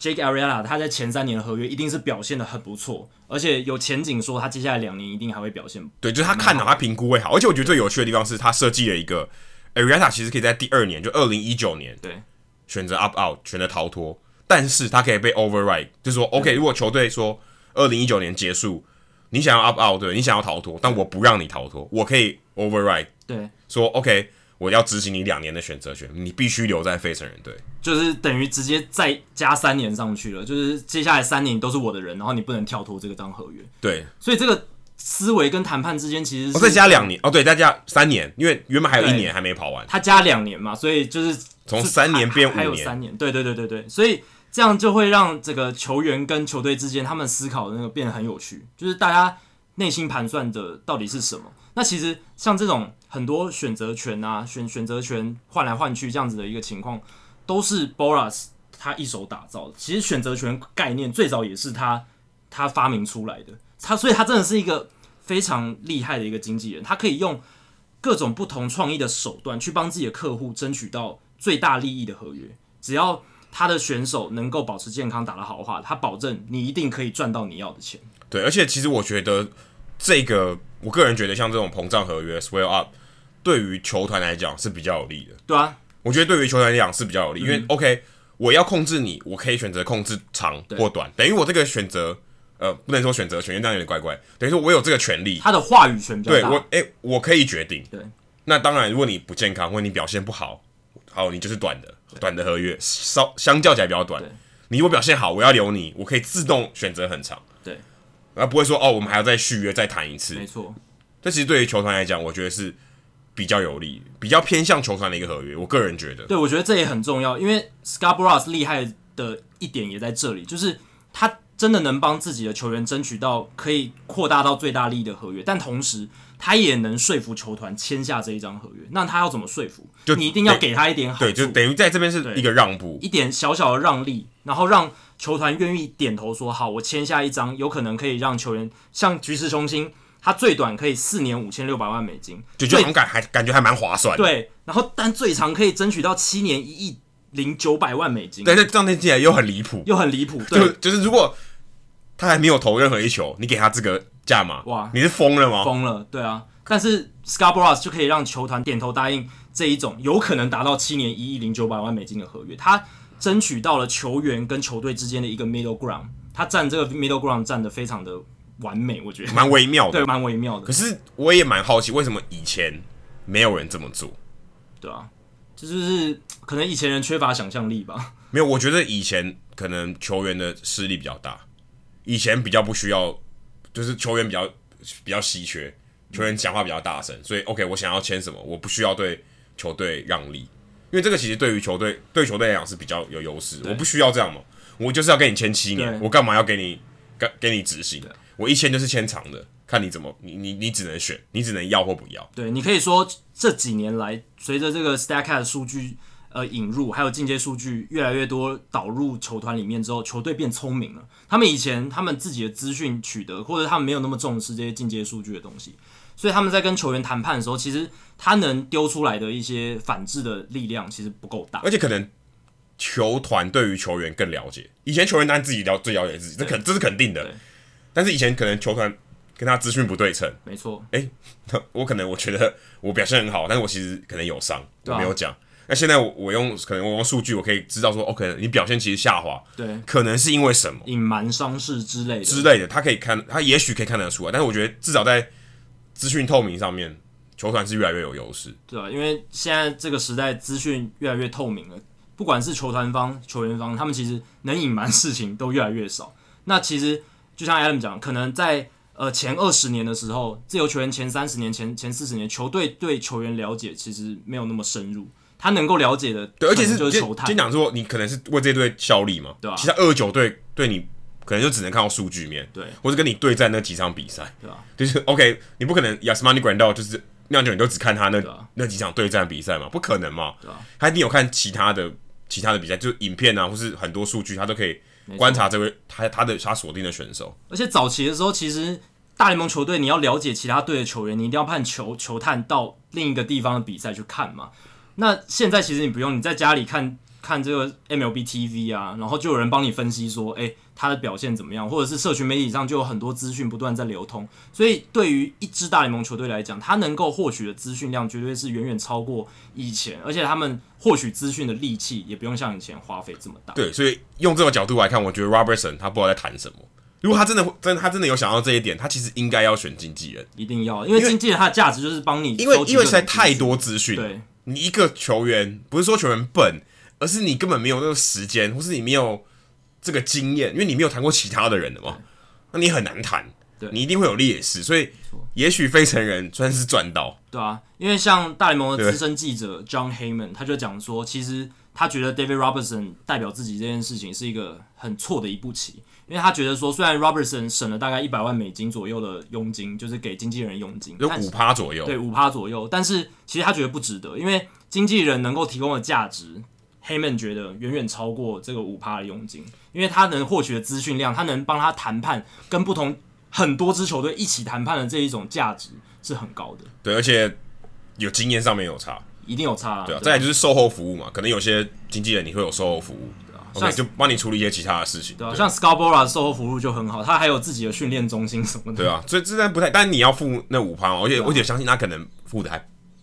S2: Jake Arrieta 他在前三年的合约一定是表现的很不错，而且有前景说他接下来两年一定还会表现。
S1: 对，就是他看
S2: 嗯
S1: 好，他评估会好。而且我觉得最有趣的地方是他设计了一个 Arietta 其实可以在第二年，就二零一九年
S2: 对
S1: 选择 up out，选择逃脱，但是他可以被 override，就是说 OK，如果球队说二零一九年结束，你想要 up out，对，你想要逃脱，但我不让你逃脱，我可以 override
S2: 对，
S1: 说 OK，我要执行你两年的选择权，你必须留在费城人队。
S2: 就是等于直接再加三年上去了，就是接下来三年你都是我的人，然后你不能跳脱这个张合约。
S1: 对，
S2: 所以这个思维跟谈判之间其实
S1: 我、
S2: 是
S1: 再加两年哦，对，再加三年，因为原本还有一
S2: 对
S1: 年还没跑完，
S2: 他加两年嘛，所以就是
S1: 从三年变五
S2: 还还有
S1: 年
S2: 三年，对对对对对，所以这样就会让这个球员跟球队之间他们思考的那个变得很有趣，就是大家内心盘算的到底是什么。那其实像这种很多选择权啊，选选择权换来换去这样子的一个情况，都是 Boras 他一手打造的。其实选择权概念最早也是他他发明出来的，他所以他真的是一个非常厉害的一个经纪人，他可以用各种不同创意的手段去帮自己的客户争取到最大利益的合约。只要他的选手能够保持健康，打得好的话，他保证你一定可以赚到你要的钱。
S1: 对，而且其实我觉得这个，我个人觉得像这种膨胀合约 swell up，对于球团来讲是比较有利的。
S2: 对啊，
S1: 我觉得对于球团来讲是比较有利，因为 OK，我要控制你，我可以选择控制长或短，等于我这个选择，呃，不能说选择权，因为这样有点怪怪，等于说我有这个权利，
S2: 他的话语权比较
S1: 对
S2: 大。
S1: 我，哎、我可以决定。
S2: 对
S1: 那当然，如果你不健康或你表现不好，好，你就是短的， 短的合约，稍相较起来比较短
S2: 对。
S1: 你如果表现好，我要留你，我可以自动选择很长，
S2: 对，
S1: 而不会说哦，我们还要再续约再谈一次
S2: 没。错，
S1: 这其实对于球团来讲，我觉得是比较有利，比较偏向球团的一个合约。我个人觉得，
S2: 对我觉得这也很重要，因为 Scarborough 厉害的一点也在这里，就是他真的能帮自己的球员争取到可以扩大到最大利益的合约，但同时他也能说服球团签下这一张合约。那他要怎么说服？
S1: 就
S2: 你一定要
S1: 对
S2: 给他一点好处，
S1: 对，就等于在这边是一个让步。
S2: 一点小小的让利，然后让球团愿意点头说好，我签下一张，有可能可以让球员像菊池雄心，他最短可以四年五千六百万美金，
S1: 就就
S2: 最
S1: 好像感还感觉还蛮划算的，
S2: 对，然后但最长可以争取到七年一亿零九百万美金，
S1: 对，那这样听起来又很离谱，
S2: 又很离谱，
S1: 就
S2: 对，
S1: 就是如果他还没有投任何一球，你给他这个价码，
S2: 哇
S1: 你是疯了吗？
S2: 疯了，对啊，但是 Scarborough 就可以让球团点头答应这一种有可能达到七年一亿零九百万美金的合约，他争取到了球员跟球队之间的一个 middle ground，他站这个 middle ground 站的非常的完美，我觉得
S1: 蛮微妙
S2: 对
S1: 的。
S2: 蛮微妙的
S1: 可，是我也蛮好奇，为什么以前没有人这么做？
S2: 对啊，这就是可能以前人缺乏想象力吧，
S1: 没有，我觉得以前可能球员的势力比较大，以前比较不需要，就是球员比较比较稀缺，球员讲话比较大声，所以 OK，我想要签什么，我不需要对球队让利，因为这个其实对于球队对球队来讲是比较有优势，我不需要这样嘛，我就是要跟你签七年
S2: 对，
S1: 我干嘛要给你给给你执行？我一签就是签长的，看你怎么，你你你只能选，你只能要或不要。
S2: 对你可以说这几年来，随着这个 Stacks 数据呃引入，还有进阶数据越来越多导入球团里面之后，球队变聪明了。他们以前他们自己的资讯取得，或者他们没有那么重视这些进阶数据的东西，所以他们在跟球员谈判的时候，其实他能丢出来的一些反制的力量其实不够大。
S1: 而且可能球团对于球员更了解。以前球员当然自己了最了解自己，这肯这是肯定的
S2: 对。
S1: 但是以前可能球团跟他资讯不对称，
S2: 没错，
S1: 我可能我觉得我表现很好，但是我其实可能有伤，
S2: 啊
S1: 我没有讲。那现在我我用可能我用数据，我可以知道说，OK，你表现其实下滑，
S2: 对，
S1: 可能是因为什么
S2: 隐瞒伤势之类的，
S1: 之类的，他可以看，他也许可以看得出来。但是我觉得至少在资讯透明上面，球团是越来越有优势。
S2: 对啊，因为现在这个时代资讯越来越透明了，不管是球团方、球员方，他们其实能隐瞒事情都越来越少。那其实就像 Adam 讲，可能在呃前二十年的时候，自由球员前三十年、前前四十年，球队对球员了解其实没有那么深入，他能够了解的，
S1: 对，而且是
S2: 就是
S1: 先
S2: 球探
S1: 先，讲说，你可能是为这队效力嘛，
S2: 对啊
S1: 其他二九队对你可能就只能看到数据面，
S2: 对
S1: 或者跟你对战那几场比赛，
S2: 对啊，
S1: 就是 OK，你不可能 Yasmani Grandal 就是酿酒，你都只看他那、
S2: 对啊
S1: 那几场对战比赛嘛，不可能嘛，
S2: 对啊
S1: 他一定有看其他的其他的比赛，就是影片啊，或是很多数据，他都可以
S2: 错
S1: 观察这位他他的他锁定的选手，
S2: 而且早期的时候，其实大联盟球队你要了解其他队的球员，你一定要派球球探到另一个地方的比赛去看嘛。那现在其实你不用，你在家里看看这个 MLB TV 啊，然后就有人帮你分析说，诶，他的表现怎么样，或者是社群媒体上就有很多资讯不断在流通，所以对于一支大联盟球队来讲，他能够获取的资讯量绝对是远远超过以前，而且他们获取资讯的力气也不用像以前花费这么大。
S1: 对，所以用这个角度来看，我觉得 Robertson 他不知道在谈什么。如果他真的真的他真的有想到这一点，他其实应该要选经纪人，
S2: 一定要，因为
S1: 因为
S2: 经纪人他的价值就是帮你
S1: 因为
S2: 收集
S1: 因为实在
S2: 各种资
S1: 太
S2: 讯
S1: 多资讯了，
S2: 对
S1: 你一个球员，不是说球员笨，而是你根本没有那个时间，或是你没有这个经验，因为你没有谈过其他的人的嘛，那你很难谈
S2: 对，
S1: 你一定会有劣势，所以也许非成人算是赚到，
S2: 对啊，因为像大联盟的资深记者 John Heyman，他就讲说，其实他觉得 David Robertson 代表自己这件事情是一个很错的一步棋，因为他觉得说，虽然 Robertson 省了大概一百万美金左右的佣金，就是给经纪人佣金，
S1: 就
S2: 但
S1: 五趴左右。
S2: 对五趴左右，但是其实他觉得不值得，因为经纪人能够提供的价值。Heyman 觉得远远超过这个五趴的佣金，因为他能获取的资讯量，他能帮他谈判跟不同很多支球队一起谈判的这一种价值是很高的，
S1: 对，而且有经验上面有差，
S2: 一定有差啦。
S1: 对啊。
S2: 对
S1: 再来就是售后服务嘛，可能有些经纪人你会有售后服务，OK，
S2: 像
S1: 就帮你处理一些其他的事情，
S2: 对啊，
S1: 啊对
S2: 像 Scarborough 的售后服务就很好，他还有自己的训练中心什么的。
S1: 对啊。所以这但不太，但你要付那五趴，而且而且相信他可能付的还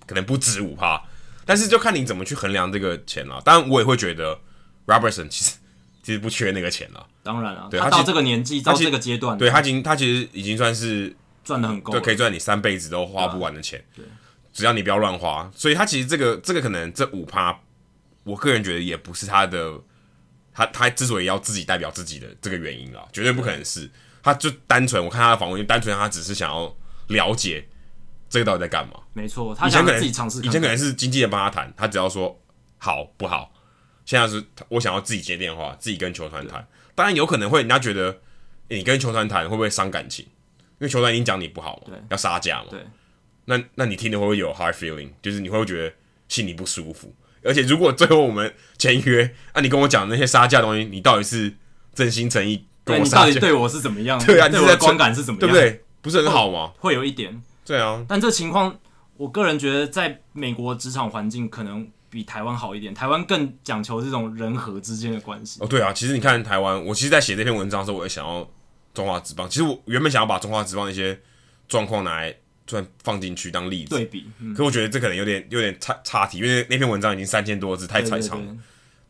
S1: 可能不止五趴，但是就看你怎么去衡量这个钱了。当然，我也会觉得 Robertson 其实其实不缺那个钱了，
S2: 当然啊，
S1: 对
S2: 他
S1: 他
S2: 到
S1: 其
S2: 这个年纪，到
S1: 其
S2: 这个阶段，
S1: 对他已经他其实已经算是
S2: 赚的很够
S1: 就
S2: 了。
S1: 可以赚你三辈子都花不完的钱，只要你不要乱花。所以他其实这个这个可能这五趴，我个人觉得也不是他的，他他之所以要自己代表自己的这个原因啦，绝对不可能是，他就单纯我看他的访问，就单纯他只是想要了解这个到底在干嘛。
S2: 没错，他
S1: 以前
S2: 想
S1: 可能
S2: 自己尝试
S1: 以
S2: 看
S1: 前可
S2: 看。
S1: 能是经纪人帮他谈，他只要说好不好。现在是我想要自己接电话，自己跟球团谈。当然有可能会人家觉得、诶你跟球团谈会不会伤感情？因为球团已经讲你不好嘛
S2: 对，
S1: 要杀价嘛。
S2: 对。
S1: 那那你听了会不会有 hard feeling？就是你会不会觉得心里不舒服？而且如果最后我们签约，啊，你跟我讲那些杀价的东西，你到底是真心诚意跟
S2: 对
S1: 我
S2: 你到
S1: 杀
S2: 底
S1: 价，
S2: 对我是怎么样？
S1: 对啊你
S2: 对
S1: 是
S2: 我的
S1: 在
S2: 观感是怎么
S1: 对
S2: 样？
S1: 不？对？不是很好吗？
S2: 会有一点，
S1: 对啊，
S2: 但这情况，我个人觉得在美国职场环境可能比台湾好一点。台湾更讲求这种人和之间的关系。
S1: 哦，对啊，其实你看台湾，我其实，在写这篇文章的时候，我也想要中华职棒。其实我原本想要把中华职棒的一些状况拿来突然放进去当例子。
S2: 对比，嗯，
S1: 可我觉得这可能有点有点差差题，因为那篇文章已经三千多字，太
S2: 对
S1: 冗
S2: 对
S1: 长了。
S2: 对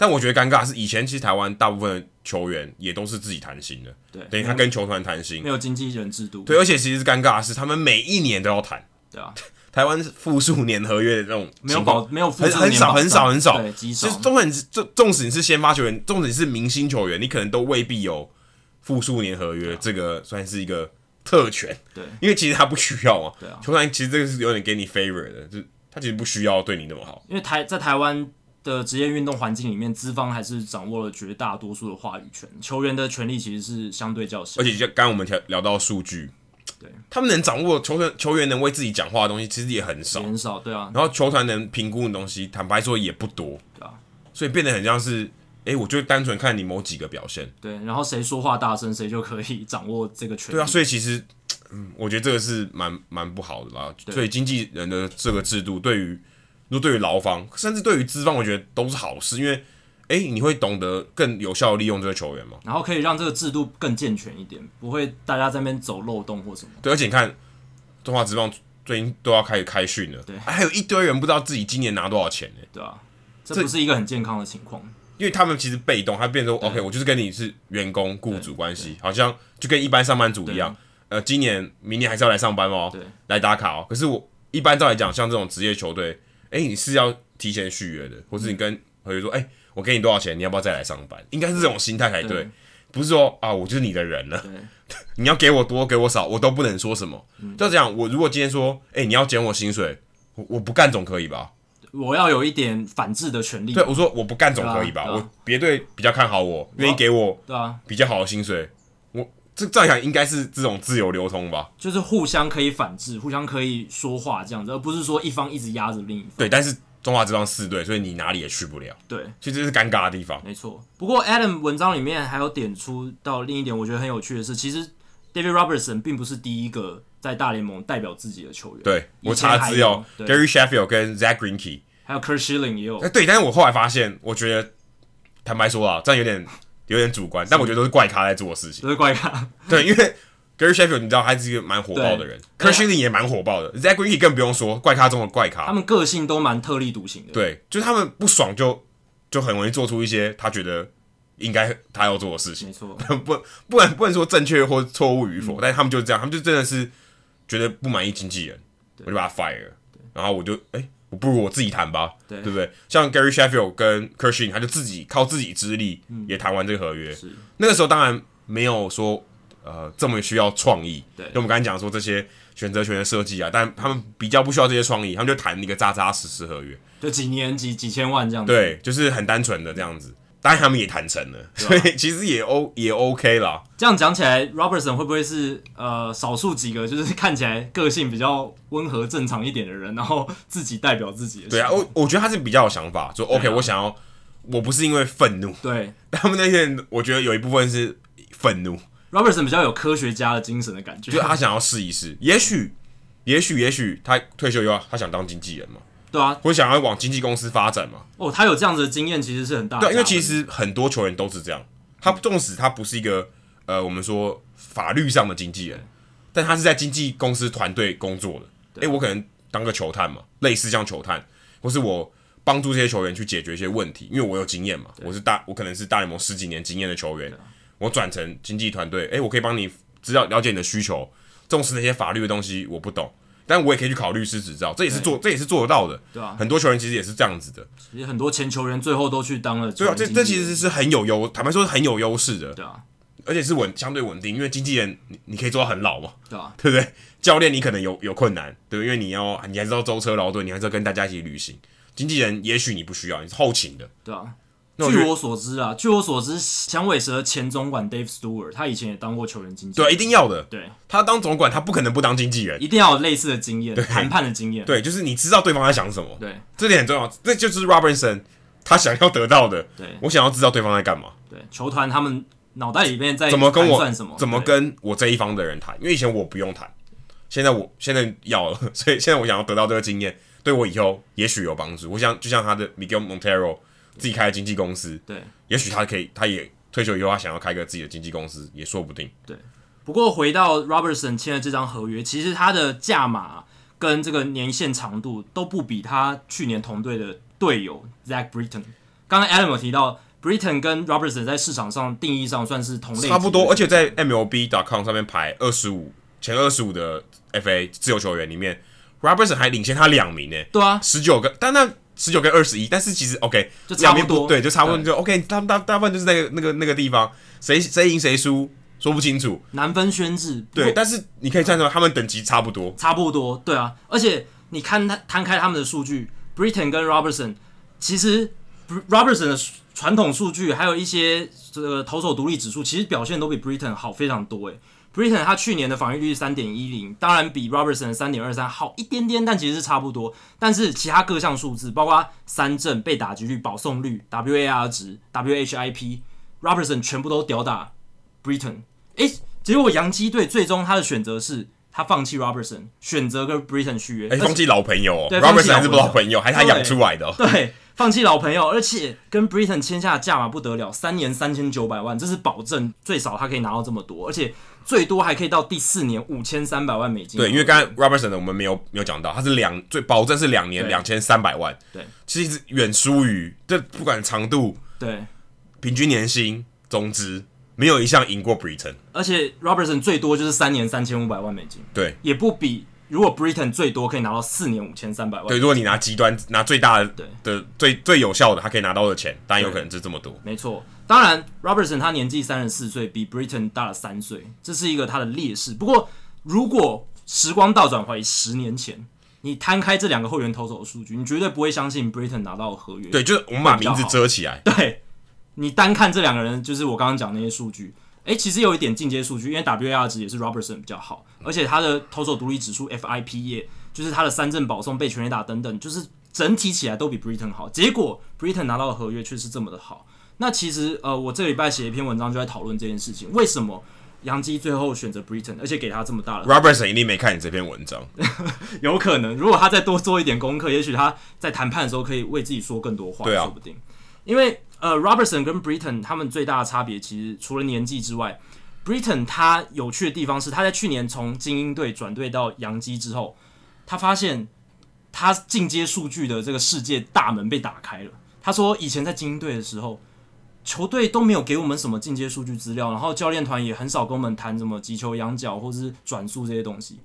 S1: 但我觉得尴尬是，以前其实台湾大部分的球员也都是自己谈薪的，
S2: 对
S1: 等于他跟球团谈薪
S2: 没。有经纪人制度，
S1: 对，而啊且其实尴尬的是，他们每一年都要谈。
S2: 对啊，
S1: 台湾是复数年合约的这种
S2: 没有
S1: 情况
S2: 保，没有复
S1: 很
S2: 制
S1: 很
S2: 年
S1: 少
S2: 保
S1: 很
S2: 障
S1: 少很少
S2: 对，极
S1: 就是
S2: 少，
S1: 纵使你是纵纵使你是先发球员，纵使你是明星球员，你可能都未必有复数年合约，这个算是一个特权。
S2: 啊对
S1: 因为其实他不需要嘛。
S2: 对啊
S1: 球团其实这个是有点给你 favor 的，就是他其实不需要对你那么好。
S2: 因为台在台湾的职业运动环境里面，资方还是掌握了绝大多数的话语权，球员的权利其实是相对较小
S1: 而。且就刚刚我们聊聊到数据，
S2: 对，
S1: 他们能掌握球员球员能为自己讲话的东西，其实也很少。
S2: 减少，对啊，
S1: 然后球团能评估的东西，坦白说也不多，
S2: 对啊，
S1: 所以变得很像是，诶，我就单纯看你某几个表现，
S2: 对，然后谁说话大声，谁就可以 掌握这个权利。
S1: 对啊，所以其实，嗯，我觉得这个是蛮蛮不好的啦。所以经纪人的这个制度，对于如果对于劳方，甚至对于资方，我觉得都是好事，因为，诶，你会懂得更有效地利用这个球员嘛。
S2: 然后可以让这个制度更健全一点，不会大家在那边走漏洞或什么。
S1: 对，而且你看，中华职棒最近都要开始开训了，啊
S2: 对
S1: 还有一堆人不知道自己今年拿多少钱呢、
S2: 对啊，这不是一个很健康的情况。
S1: 因为他们其实被动，他变成说 OK，我就是跟你是员工雇主关系，好像就跟一般上班族一样，呃，今年明年还是要来上班哦
S2: 嗯对，
S1: 来打卡哦。可是我一般照来讲，像这种职业球队，哎、你是要提前续约的，或
S2: 嗯
S1: 是你跟合约说，哎、我给你多少钱，你要不要再来上班？应该是这种心态才对，
S2: 对
S1: 不是说啊，我就是你的人了，
S2: 对， 嗯
S1: 你要给我多给我少，我都不能说什么。就这样，我如果今天说，哎、你要减我薪水，我我不干总可以吧？
S2: 我要有一点反制的权利。
S1: 对，我说我不干总可以吧？
S2: 对啊对啊
S1: 我别队比较看好我，愿意给我
S2: 对啊，
S1: 比较好的薪水，我这照想应该是这种自由流通吧？
S2: 就是互相可以反制，互相可以说话这样子，而不是说一方一直压着另一方。
S1: 对，但是中华职棒四队，所以你哪里也去不了，
S2: 对，
S1: 所以这是尴尬的地方。
S2: 没错。不过 Adam 文章里面还有点出到另一点，我觉得很有趣的是，其实 David Robertson 并不是第一个在大联盟代表自己的球员。，
S1: 对
S2: 以前
S1: 我查资料
S2: 还有对
S1: ，Gary Sheffield 跟 Zach Greinke，
S2: 还有 Kurt Schilling 也有
S1: 哎，。对，但是我后来发现，我觉得坦白说啊，这样有点有点主观，但我觉得都是怪咖在做的事情。
S2: 都是怪咖，
S1: 对，因为 Gary Sheffield 你知道他是一个蛮火爆的人
S2: 对
S1: ，Kurt Schilling 也蛮火爆的，Zach Greinke 更不用说，怪咖中的怪
S2: 他
S1: 咖。
S2: 们个性都蛮特立独行的。
S1: 对，就是他们不爽就就很容易做出一些他觉得应该他要做的事情。
S2: 没错，
S1: 不不然不能说正确或错误
S2: 嗯
S1: 与否，但是他们就是这样，他们就真的是觉得不满意经纪人，我就把他 fire，了然后我就哎、我不如我自己谈吧，
S2: 对
S1: 不对？像 Gary Sheffield 跟 Kershin，他就自己靠自己之力也谈完这个合约，
S2: 嗯是
S1: 那个时候当然没有说呃这么需要创意，
S2: 对
S1: 因为我们刚才讲说这些选择权的设计啊，但他们比较不需要这些创意，他们就谈一个扎扎实实合约，
S2: 就几年几几千万这样子。
S1: 对，就是很单纯的这样子。当然他们也谈成了，所以其实也 O 也 OK 啦。
S2: 这样讲起来，Robertson 会不会是呃少数几个就是看起来个性比较温和正常一点的人，然后自己代表自己的？
S1: 对啊，，我我觉得他是啊比较有想法，说 OK，、我想要，我不是因为愤怒，
S2: 对
S1: 他们那些人，我觉得有一部分是愤怒，
S2: Robertson 比较有科学家的精神的感觉
S1: 就是。啊他想要试一试， 也许，也许，也许他退休以后，他想当经纪人嘛，
S2: 对啊，
S1: 或者想要往经纪公司发展嘛，
S2: 哦，他有这样子的经验，其实是很大的
S1: 对啊，
S2: 加分。
S1: 因为其实很多球员都是这样，他纵使他不是一个呃，我们说法律上的经纪人，但他是在经纪公司团队工作的。
S2: 啊
S1: 诶、我可能当个球探嘛，类似像球探，或是我帮助这些球员去解决一些问题，因为我有经验嘛，我是大，我可能是大联盟十几年经验的球员，
S2: 啊
S1: 我转成经纪团队，诶、我可以帮你知道了解你的需求，重视那些法律的东西我不懂。但我也可以去考律师执照，这也是做，这也是做得到的。
S2: 对啊
S1: 很多球员其实也是这样子的。
S2: 其实很多前球员最后都去当了球
S1: 对啊
S2: 员，
S1: 这
S2: 经
S1: 这
S2: 纪
S1: 其
S2: 人
S1: 实是很有优，坦白说是很有优势的，
S2: 对啊，
S1: 而且是稳相对稳定，因为经纪人你你可以做到很老嘛，
S2: 对啊，
S1: 对不对？教练你可能有有困难，对不对，因为你要你还是要舟车劳顿，你还是要跟大家一起旅行。经纪人也许你不需要，你是后勤的，
S2: 对啊。
S1: 那我觉
S2: 据
S1: 得
S2: 我所知啊，据我所知，响尾蛇前总管 Dave Stewart 他以前也当过球员经纪人，
S1: 对，一定要的。
S2: 对，
S1: 他当总管，他不可能不当经纪人。
S2: 一定要有类似的经验，谈判的经验，
S1: 对，就是你知道对方在想什么，
S2: 对
S1: 这点很重要。这就是 Robinson 他想要得到的。
S2: 对
S1: 我想要知道对方在干嘛，
S2: 对，球团他们脑袋里面在
S1: 怎么跟我
S2: 盘算什么，
S1: 怎么
S2: 对
S1: 跟我这一方的人谈？因为以前我不用谈，现在我现在要了，所以现在我想要得到这个经验，对我以后也许有帮助。我想就像他的 Miguel Montero 自己开的经纪公司，
S2: 对
S1: 也许他可以，他也退休以后，他想要开个自己的经纪公司也说不定。
S2: 对，不过回到 Robertson 签的这张合约，其实他的价码跟这个年限长度都不比他去年同队的队友 Zach Britton。刚刚 Adam 有提到，Britton 跟 Robertson 在市场上定义上算是同类，
S1: 差不多，而且在 MLB.com 上面排二十五前二十五的 FA 自由球员里面，Robertson 还领先他两名呢、
S2: 对啊，
S1: 十九个，但那十九跟二十一，但是其实 OK，
S2: 就差不
S1: 两
S2: 多
S1: 边对，就差不多
S2: 对
S1: 就 OK，他们大大部分就是那个那个那个地方，谁谁赢谁输说不清楚，
S2: 难分轩制。不
S1: 对，但是你可以看出来他们等级差不多，
S2: 差不多，对啊。而且你看他摊开他们的数据，Britain 跟 Robertson，其实 Br- Robertson 的传统数据还有一些这个投手独立指数，其实表现都比 Britain 好非常多。诶 Britain 他去年的防御率三点一零，当然比 Robertson 三点二三好一点点，但其实是差不多。但是其他各项数字，包括三振、被打击率、保送率、WAR 值、WHIP、Robertson 全部都吊打 Britain。诶，结果洋基队最终他的选择是，他放弃 Robertson，选择跟 Britain 续约，
S1: 哎，
S2: 而且
S1: 放弃老朋友哦
S2: 对放弃
S1: ，Robertson 还是不
S2: 老朋友
S1: 老朋友，还是他养出来的哦、
S2: 对，放弃老朋友，而且跟 Britain 签下的价码不得了，三年三千九百万，这是保证最少他可以拿到这么多，而且最多还可以到第四年五千三百万美金。
S1: 对，因为刚才 Robertson 呢我们没有没有讲到，他是两最保证是两年
S2: 对
S1: 两千三百万，
S2: 对，
S1: 其实远输于这不管长度、
S2: 对，
S1: 平均年薪、总值，没有一项赢过 Britain。
S2: 而且 Robertson 最多就是三年三千五百万美金，
S1: 对
S2: 也不比如果 Britain 最多可以拿到四年五千三百万。
S1: 对，如果你拿极端拿最大的
S2: 对
S1: 的最最有效的，他可以拿到的钱，当然有可能是这么多。
S2: 没错，当然，Robertson 他年纪三十四岁，比 Britain 大了三岁，这是一个他的劣势。不过，如果时光倒转回十年前，你摊开这两个后援投手的数据，你绝对不会相信 Britain 拿到合约。
S1: 对，就是我们把
S2: 会比较
S1: 名字遮起来，
S2: 对，你单看这两个人，就是我刚刚讲那些数据，诶，其实有一点进阶数据，因为 WAR 值也是 Robertson 比较好，而且他的投手独立指数 FIP 也就是他的三振保送、被全垒打等等，就是整体起来都比 Britain 好。结果 Britain 拿到的合约却是这么的好。那其实呃，我这个礼拜写一篇文章就在讨论这件事情，为什么杨基最后选择 Britain，而且给他这么大的
S1: Robertson 一定没看你这篇文章，
S2: 有可能，如果他再多做一点功课，也许他在谈判的时候可以为自己说更多话，
S1: 对啊
S2: 说不定。因为呃，Robertson 跟 Britain 他们最大的差别，其实除了年纪之外，Britain 他有趣的地方是，他在去年从精英队转队到洋基之后，他发现他进阶数据的这个世界大门被打开了。他说，以前在精英队的时候，球队都没有给我们什么进阶数据资料，然后教练团也很少跟我们谈什么击球、仰角或是转速这些东西。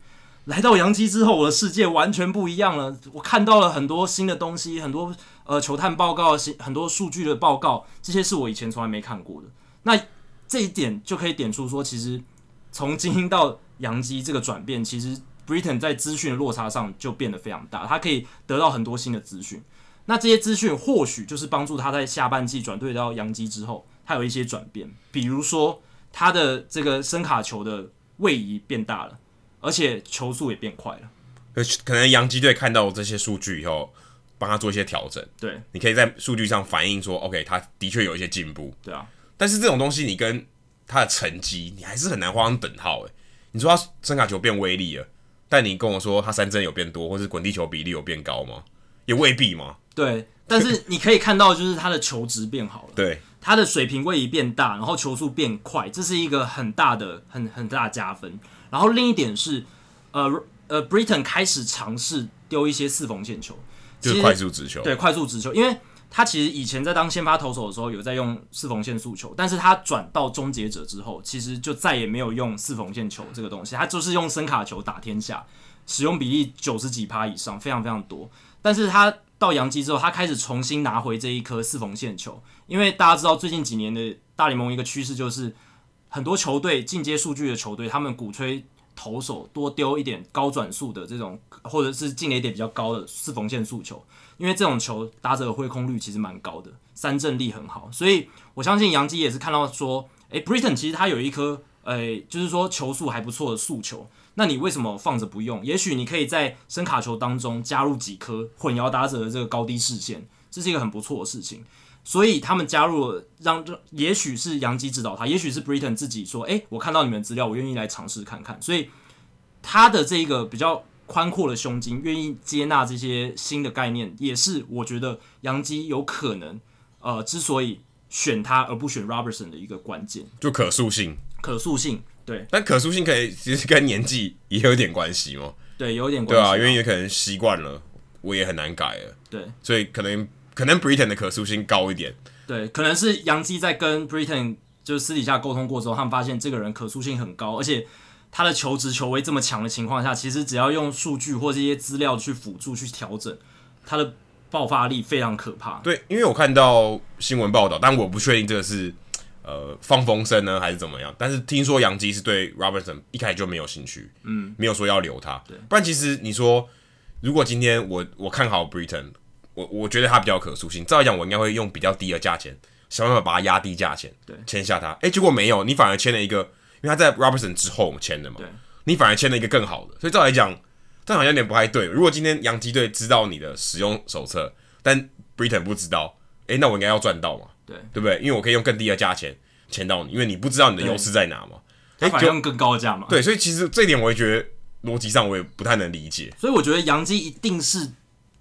S2: 来到洋基之后，我的世界完全不一样了。我看到了很多新的东西，很多呃球探报告、新很多数据的报告，这些是我以前从来没看过的。那这一点就可以点出说，其实从精英到洋基这个转变，其实 Britain 在资讯的落差上就变得非常大，他可以得到很多新的资讯。那这些资讯或许就是帮助他在下半季转队到洋基之后，他有一些转变，比如说他的这个声卡球的位移变大了。而且球速也变快了。
S1: 可可能洋基队看到这些数据以后，帮他做一些调整。
S2: 对
S1: 你可以在数据上反映说，OK，他的确有一些进步，
S2: 对啊，
S1: 但是这种东西你跟他的成绩，你还是很难画上等号诶。欸你说他声卡球变威力了，但你跟我说他三振有变多，或是滚地球比例有变高吗？也未必嘛。
S2: 对。但是你可以看到，就是他的球值变好了，
S1: 对，
S2: 他的水平位移变大，然后球速变快，这是一个很大的、很很大的加分。然后另一点是，呃呃，Britain 开始尝试丢一些四缝线球，
S1: 就
S2: 其
S1: 是
S2: 实
S1: 快速直球。
S2: 对，快速直球，因为他其实以前在当先发投手的时候有在用四缝线速球，但是他转到终结者之后，其实就再也没有用四缝线球这个东西，他就是用声卡球打天下，使用比例九十几趴以上，非常非常多。但是他到洋基之后，他开始重新拿回这一颗四缝线球，因为大家知道最近几年的大联盟一个趋势就是，很多球队进阶数据的球队，他们鼓吹投手多丢一点高转速的这种，或者是进垒点比较高的四缝线速球，因为这种球打者的挥空率其实蛮高的，三振力很好，所以我相信杨基也是看到说，诶 b r i t a i n 其实他有一颗，诶、就是说球速还不错的速球，那你为什么放着不用？也许你可以在声卡球当中加入几颗混淆打者的这个高低视线，这是一个很不错的事情。所以他们加入了，让让也许是杨基指导他，也许是 Britain 自己说，诶、我看到你们的资料，我愿意来尝试看看。所以他的这一个比较宽阔的胸襟，愿意接纳这些新的概念，也是我觉得杨基有可能呃之所以选他而不选 Robertson 的一个关键。
S1: 就可塑性。
S2: 可塑性，对
S1: 但可塑性可以其实跟年纪也有点关系嘛，
S2: 对，有一点
S1: 对
S2: 关系
S1: 啊，因为有可能习惯了，我也很难改了，
S2: 对
S1: 所以可能可能 Britain 的可塑性高一点，
S2: 对，可能是杨基在跟 Britain 就是私底下沟通过之后，他们发现这个人可塑性很高，而且他的求职求威这么强的情况下，其实只要用数据或这些资料去辅助去调整，他的爆发力非常可怕。
S1: 对，因为我看到新闻报道，但我不确定这个是呃放风声呢还是怎么样，但是听说杨基是对 Robertson 一开始就没有兴趣，嗯，没有说要留他，不然其实你说如果今天我我看好 Britain，我我觉得他比较有可塑性，照理讲我应该会用比较低的价钱想办法把他压低价钱，
S2: 对
S1: 签下他，诶，结果没有，你反而签了一个，因为他在 Robertson 之后签的嘛，
S2: 对，
S1: 你反而签了一个更好的，所以照来讲，这样好像有点不太对。如果今天洋基队知道你的使用手册，但 Britain 不知道，诶，那我应该要赚到嘛，
S2: 对
S1: 对不对？因为我可以用更低的价钱签到你，因为你不知道你的
S2: 对
S1: 优势在哪嘛。
S2: 他
S1: 诶，
S2: 反而
S1: 就
S2: 用更高的价嘛。
S1: 对，所以其实这一点我也觉得逻辑上我也不太能理解。
S2: 所以我觉得杨基一定是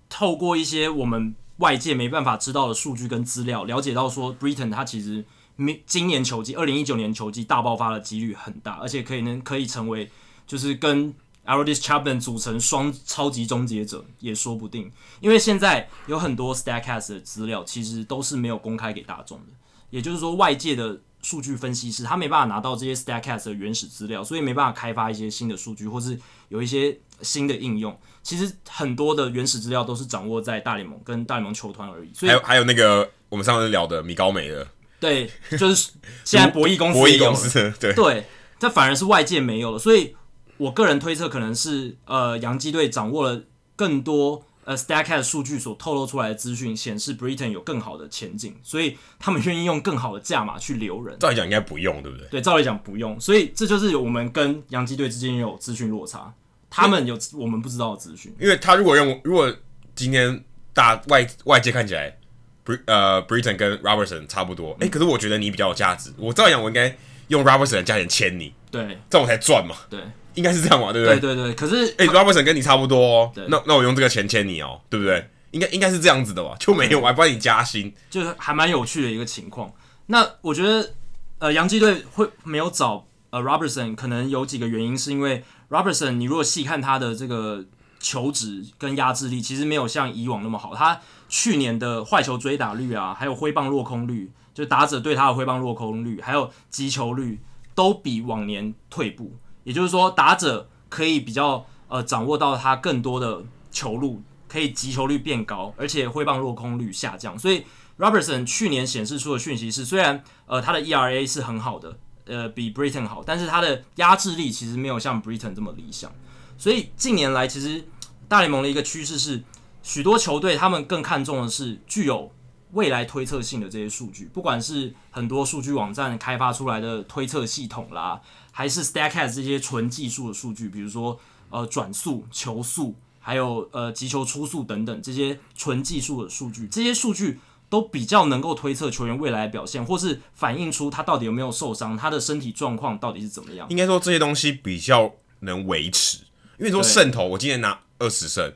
S2: 透过一些我们外界没办法知道的数据跟资料，了解到说 Britain 他其实明今年球季，二零一九年球季大爆发的几率很大，而且可以能可以成为就是跟 Aldis Chapman 组成双超级终结者也说不定，因为现在有很多 Statcast 的资料其实都是没有公开给大众的，也就是说外界的。数据分析师他没办法拿到这些 Statcast 的原始资料，所以没办法开发一些新的数据，或是有一些新的应用。其实很多的原始资料都是掌握在大联盟跟大联盟球团而已，所以
S1: 还有还有那个我们上次聊的米高梅的
S2: 对，就是现在博弈公司
S1: 博
S2: 也
S1: 弈
S2: 有了
S1: 公司，对，
S2: 对，这反而是外界没有了，所以我个人推测可能是呃，洋基队掌握了更多呃 Stacks 数据所透露出来的资讯，显示 Britain 有更好的前景，所以他们愿意用更好的价码去留人。
S1: 照理讲应该不用，对不对？
S2: 对，照理讲不用，所以这就是我们跟洋基队之间有资讯落差，他们有我们不知道的资讯。
S1: 因为他如果用，如果今天大外外界看起来，Br 呃 Britain 跟 Robertson 差不多，
S2: 嗯
S1: 哎、可是我觉得你比较有价值，我照样我应该用 Robertson 的价钱签你，
S2: 对
S1: 这样我才赚嘛，
S2: 对
S1: 应该是这样嘛，对不
S2: 对
S1: 对？
S2: 对对，可是
S1: 哎、r o b e r t s o n 跟你差不多哦
S2: 对，
S1: 那那我用这个钱签你哦，对不对？应该应该是这样子的吧，就没有，我还帮你加薪，
S2: 就是还蛮有趣的一个情况。那我觉得，呃，洋基队会没有找呃 Robertson，可能有几个原因，是因为 Robertson 你如果细看他的这个球值跟压制力，其实没有像以往那么好。他去年的坏球追打率啊，还有挥棒落空率，就打者对他的挥棒落空率，还有击球率，都比往年退步。也就是说，打者可以比较呃掌握到他更多的球路，可以击球率变高，而且挥棒落空率下降。所以 Robertson 去年显示出的讯息是，虽然呃他的 ERA 是很好的，呃比 Britain 好，但是他的压制力其实没有像 Britain 这么理想。所以近年来，其实大联盟的一个趋势是，许多球队他们更看重的是具有未来推测性的这些数据，不管是很多数据网站开发出来的推测系统啦，还是 Stacks 这些纯技术的数据，比如说呃转速、球速，还有呃击球出速等等这些纯技术的数据，这些数据都比较能够推测球员未来的表现，或是反映出他到底有没有受伤，他的身体状况到底是怎么样。
S1: 应该说这些东西比较能维持，因为你说
S2: 对
S1: 胜投，我今年拿二十胜，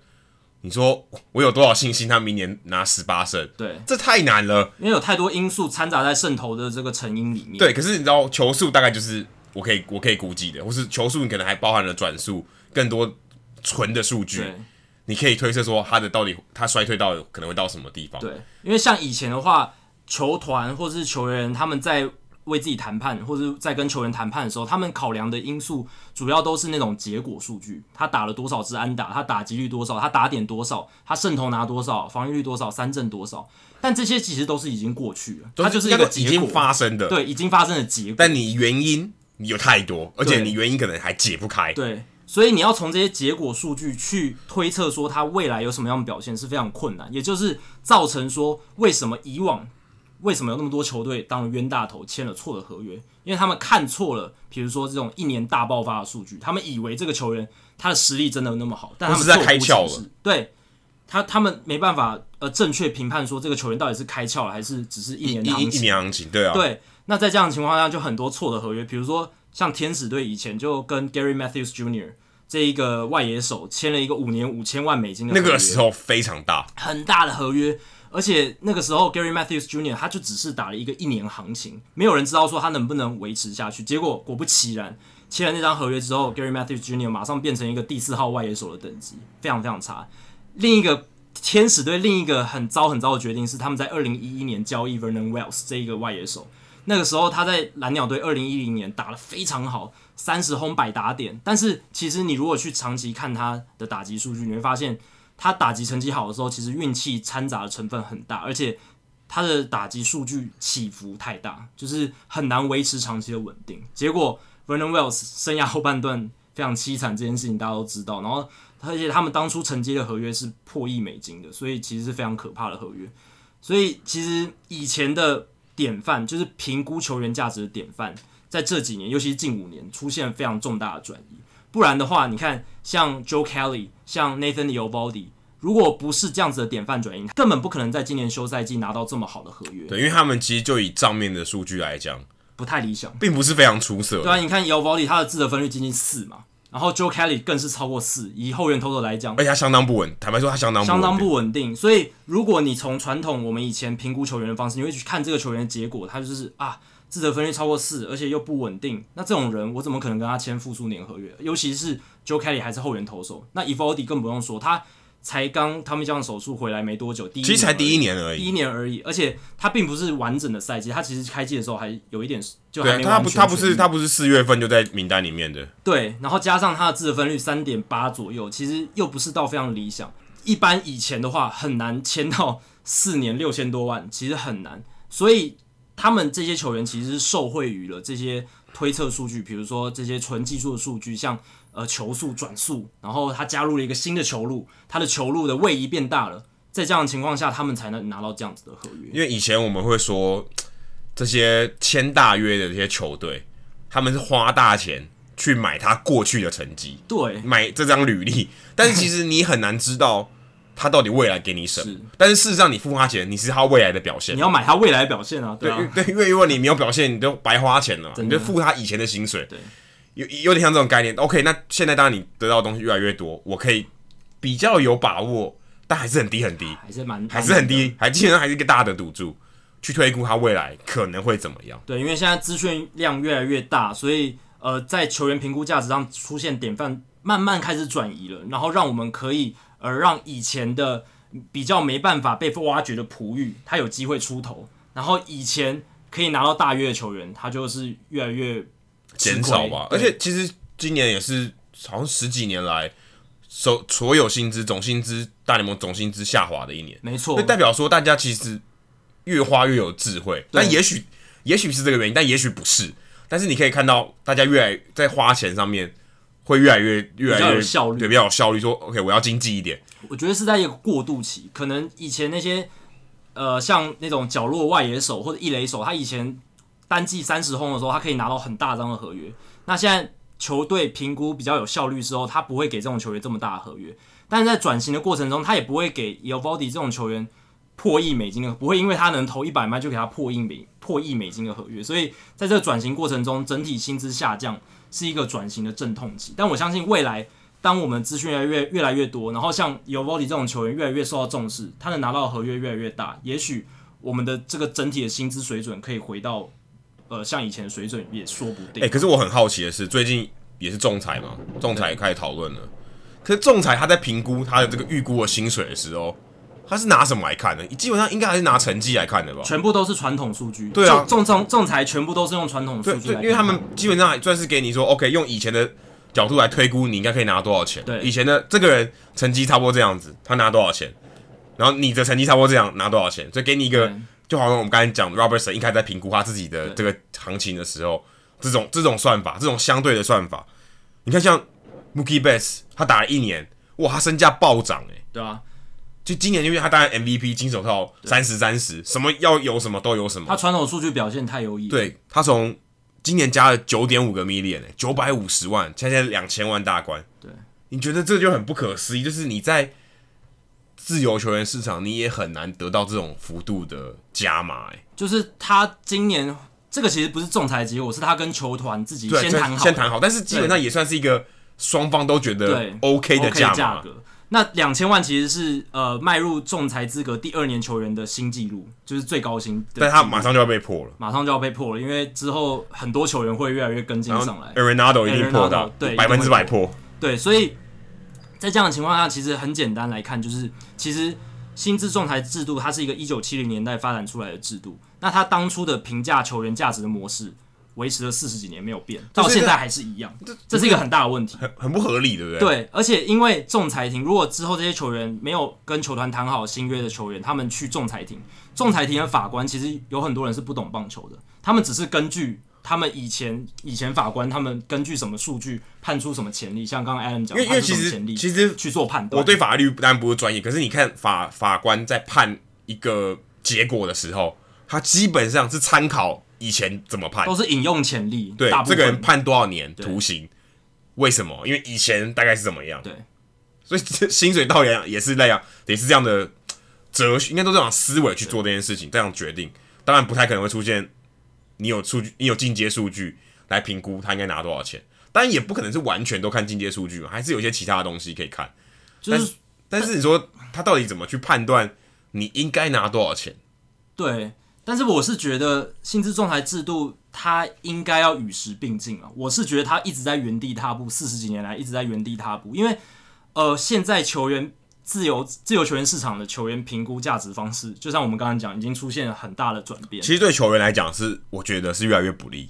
S1: 你说我有多少信心他明年拿十八胜？
S2: 对，
S1: 这太难了。
S2: 因为有太多因素掺杂在渗透的这个成因里面。
S1: 对，可是你知道球速大概就是我可以我可以估计的，或是球速你可能还包含了转速，更多纯的数据
S2: 对，
S1: 你可以推测说他的到底他衰退到可能会到什么地方。
S2: 对，因为像以前的话，球团或是球员他们在为自己谈判，或者在跟球员谈判的时候，他们考量的因素主要都是那种结果数据，他打了多少支安打，他打击率多少，他打点多少，他胜投拿多少，防御率多少，三振多少。但这些其实都是已经过去了，
S1: 都
S2: 它就是一个
S1: 应该说已
S2: 结
S1: 经
S2: 果，
S1: 发生的，
S2: 对，已经发生的结果。
S1: 但你原因你有太多，而且
S2: 对
S1: 你原因可能还解不开。
S2: 对，所以你要从这些结果数据去推测说他未来有什么样的表现是非常困难，也就是造成说为什么以往为什么有那么多球队当冤大头签了错的合约，因为他们看错了，比如说这种一年大爆发的数据，他们以为这个球员他的实力真的那么好，但他
S1: 或
S2: 们
S1: 是在
S2: 做不
S1: 开窍
S2: 成事
S1: 了，
S2: 对。他他们没办法呃正确评判说这个球员到底是开窍了还是只是一年
S1: 一
S2: 的
S1: 一
S2: 行
S1: 一
S2: 情，
S1: 年行情，对啊，
S2: 对，那在这样的情况下，就很多错的合约，比如说像天使队以前就跟 Gary Matthews Jr. 这一个外野手签了一个五年五千万美金的合
S1: 那
S2: 约，
S1: 个时候非常大，
S2: 很大的合约，而且那个时候 Gary Matthews Jr. 他就只是打了一个一年行情，没有人知道说他能不能维持下去。结果果不其然，签了那张合约之后，Gary Matthews Jr. 马上变成一个第四号外野手的等级，非常非常差。另一个天使队另一个很糟很糟的决定是，他们在二零一一年交易 Vernon Wells 这一个外野手。那个时候他在蓝鸟队二零一零年打得非常好，三十轰百打点。但是其实你如果去长期看他的打击数据，你会发现他打击成绩好的时候，其实运气掺杂的成分很大，而且他的打击数据起伏太大，就是很难维持长期的稳定。结果 Vernon Wells 生涯后半段非常凄惨，这件事情大家都知道。然后而且他们当初承接的合约是破亿美金的，所以其实是非常可怕的合约。所以其实以前的典范，就是评估球员价值的典范，在这几年，尤其是近五年，出现非常重大的转移。不然的话，你看像 Joe Kelly、像 Nathan Eovaldi，如果不是这样子的典范转移，根本不可能在今年休赛季拿到这么好的合约，
S1: 对，因为他们其实就以账面的数据来讲，
S2: 不太理想。
S1: 并不是非常出色
S2: 对啊，你看 Eovaldi 他的自得分率接近四嘛，然后 Joe Kelly 更是超过四，以后援投手来讲
S1: 而。且他相当不稳。坦白说，他相当不
S2: 相当
S1: 稳定
S2: 不稳定。所以，如果你从传统我们以前评估球员的方式，你会去看这个球员的结果，他就是啊，自责分率超过四，而且又不稳定。那这种人，我怎么可能跟他签复数年合约？尤其是 Joe Kelly 还是后援投手，那 e v o d i 更不用说，他才刚他们这样手术回来没多久，第一
S1: 其实才
S2: 年而已
S1: 第一年而
S2: 第
S1: 已。
S2: 一年而已，而且他并不是完整的赛季，他其实开季的时候还有一点就
S1: 对
S2: 还
S1: 啊，
S2: 没
S1: 他
S2: 完
S1: 不
S2: 全
S1: 他不
S2: 痊愈
S1: 是他不是四月份就在名单里面的，
S2: 对，然后加上他的自得分率三点八左右，其实又不是到非常理想。一般以前的话很难签到四年六千多万，其实很难。所以他们这些球员其实是受惠于了这些推测数据，比如说这些纯技术的数据，像呃球速、转速，然后他加入了一个新的球路，他的球路的位移变大了。在这样的情况下，他们才能拿到这样子的合约。
S1: 因为以前我们会说这些签大约的这些球队，他们是花大钱去买他过去的成绩，
S2: 对，
S1: 买这张履历，但是其实你很难知 道他到底未来给你什
S2: 是
S1: 么。但是事实上，你付他钱，你是他未来的表现
S2: 你。要买他未来的表现啊，对
S1: 对
S2: 啊，
S1: 对，因为如果你没有表现，你就白花钱了嘛，
S2: 真
S1: 你
S2: 的
S1: 就付他以前的薪水。
S2: 对，
S1: 有有点像这种概念。OK，那现在当然你得到的东西越来越多，我可以比较有把握，但还是很低很低，
S2: 还是蛮
S1: 还是很低，还基本上还是一个大的赌注，去推估他未来可能会怎么样。
S2: 对，因为现在资讯量越来越大，所以呃，在球员评估价值上出现典范，慢慢开始转移了，然后让我们可以呃，让以前的比较没办法被挖掘的璞玉，他有机会出头，然后以前可以拿到大约的球员，他就是越来越
S1: 减少吧。
S2: 吃亏
S1: 而且其实今年也是好像十几年来，所所有薪资总薪资大联盟总薪资下滑的一年，
S2: 没
S1: 那
S2: 错，
S1: 代表说大家其实越花越有智慧。
S2: 对
S1: 但也许也许是这个原因，但也许不是。但是你可以看到，大家越来在花钱上面会越来越越来
S2: 比较
S1: 越
S2: 有效率
S1: 对，比较有效率。说 OK，我要经济一点，
S2: 我觉得是在一个过渡期，可能以前那些呃，像那种角落外野手或者一垒手，他以前单季三十轰的时候，他可以拿到很大张的合约。那现在球队评估比较有效率之后，他不会给这种球员这么大的合约，但是在转型的过程中，他也不会给 e o v o d i 这种球员破亿美金的，不会因为他能投一百迈就给他破亿美破亿美金的合约。所以在这个转型过程中，整体薪资下降是一个转型的阵痛期。但我相信未来，当我们资讯越来越越来越多，然后像 e o v o d i 这种球员越来越受到重视，他能拿到的合约越来越大，也许我们的这个整体的薪资水准可以回到。呃，像以前的水准也说不定。
S1: 哎、可是我很好奇的是，最近也是仲裁嘛，仲裁开始讨论了。可是仲裁他在评估他的这个预估的薪水的时候，他是拿什么来看的？基本上应该还是拿成绩来看的吧？
S2: 全部都是传统数据，
S1: 对啊
S2: 仲仲仲裁全部都是用传统数
S1: 对
S2: 据
S1: 对，
S2: 来，
S1: 因为他们基本上还算是给你说，OK，用以前的角度来推估你应该可以拿多少钱。
S2: 对
S1: 以前的这个人成绩差不多这样子，他拿多少钱？然后你的成绩差不多这样，拿多少钱？所以给你一个
S2: 对，
S1: 就好像我们刚才讲的，Robertson 一开始在评估他自己的
S2: 对
S1: 这个行情的时候，这种这种算法，这种相对的算法，你看像 Mookie Betts，他打了一年，哇，他身价暴涨哎、欸
S2: 对啊，
S1: 就今年因为他当然 MVP 金手套三十三十，什么要有什么都有什么
S2: 他，传统数据表现太优异，，
S1: 对他从今年加了九点五个 million，九欸百五十万，现在两千万大关。
S2: 对，
S1: 你觉得这就很不可思议，就是你在自由球员市场，你也很难得到这种幅度的加码、欸。
S2: 就是他今年这个其实不是仲裁结果，是他跟球团自己
S1: 对，
S2: 先
S1: 这
S2: 谈好，
S1: 先谈好，但是基本上也算是一个双方都觉得
S2: 对
S1: OK 的
S2: OK
S1: 码。
S2: 格。那两千万其实是呃迈入仲裁资格第二年球员的新纪录，就是最高薪的纪录。
S1: 但他马上就要被破了。
S2: 马上就要被破了，因为之后很多球员会越来越跟进
S1: 然后
S2: 上来。
S1: Arenado 一定破他
S2: Arenado，，对
S1: 百分之百破。
S2: 对，所以在这样的情况下，其实很简单来看，就是其实薪资仲裁制度它是一个一九七零年代发展出来的制度，那它当初的评价球员价值的模式维持了四十几年没有变，到
S1: 这是一
S2: 现
S1: 个
S2: 在还是一样，这是一个很大的问题。
S1: 很很不合理，对不对？，
S2: 对，而且因为仲裁庭，如果之后这些球员没有跟球团谈好新约的球员，他们去仲裁庭，仲裁庭的法官其实有很多人是不懂棒球的，他们只是根据他们以前以前法官他们根据什么数据判出什么潜力，像刚刚 Adam 讲，
S1: 因为因为
S2: 判出
S1: 其
S2: 什么
S1: 实
S2: 潜力
S1: 其实
S2: 去做判断。
S1: 我对法律当然不是专业，可是你看法法官在判一个结果的时候，他基本上是参考以前怎么判
S2: 都。是引用潜力，
S1: 对
S2: 大，部
S1: 这
S2: 分
S1: 个人判多少年徒刑？为什么？因为以前大概是怎么样？
S2: 对，
S1: 所以 这薪水到底也是那样，也是这样的哲学，应该都这种思维去做这件事情，这样决定。当然不太可能会出现你有数据，你有进阶数据来评估他应该拿多少钱，当然也不可能是完全都看进阶数据嘛，还是有一些其他的东西可以看。
S2: 就是
S1: 但是你说他到底怎么去判断你应该拿多少钱？
S2: 对，但是我是觉得薪资仲裁制度它应该要与时并进啊。我是觉得它一直在原地踏步，四十几年来一直在原地踏步，因为呃，现在球员自由自由球员市场的球员评估价值方式，就像我们刚刚讲，已经出现了很大的转变。
S1: 其实对球员来讲是，我觉得是越来越不利。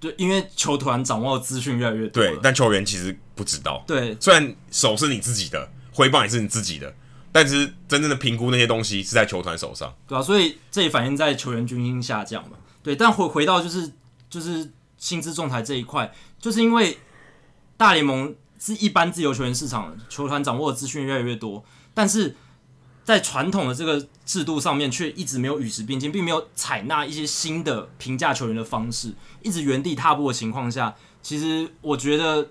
S2: 对，因为球团掌握的资讯越来越多
S1: 对
S2: 了，。
S1: 但球员其实不知道。
S2: 对
S1: 虽然手是你自己的，挥棒也是你自己的，但是真正的评估那些东西是在球团手上。
S2: 对啊，所以这也反映在球员军薪下降嘛。对，但回回到就是就是薪资仲裁这一块，就是因为大联盟是一般自由球员市场，球团掌握的资讯越来越多，但是在传统的这个制度上面却一直没有与时并进，并没有采纳一些新的评价球员的方式，一直原地踏步的情况下，其实我觉得，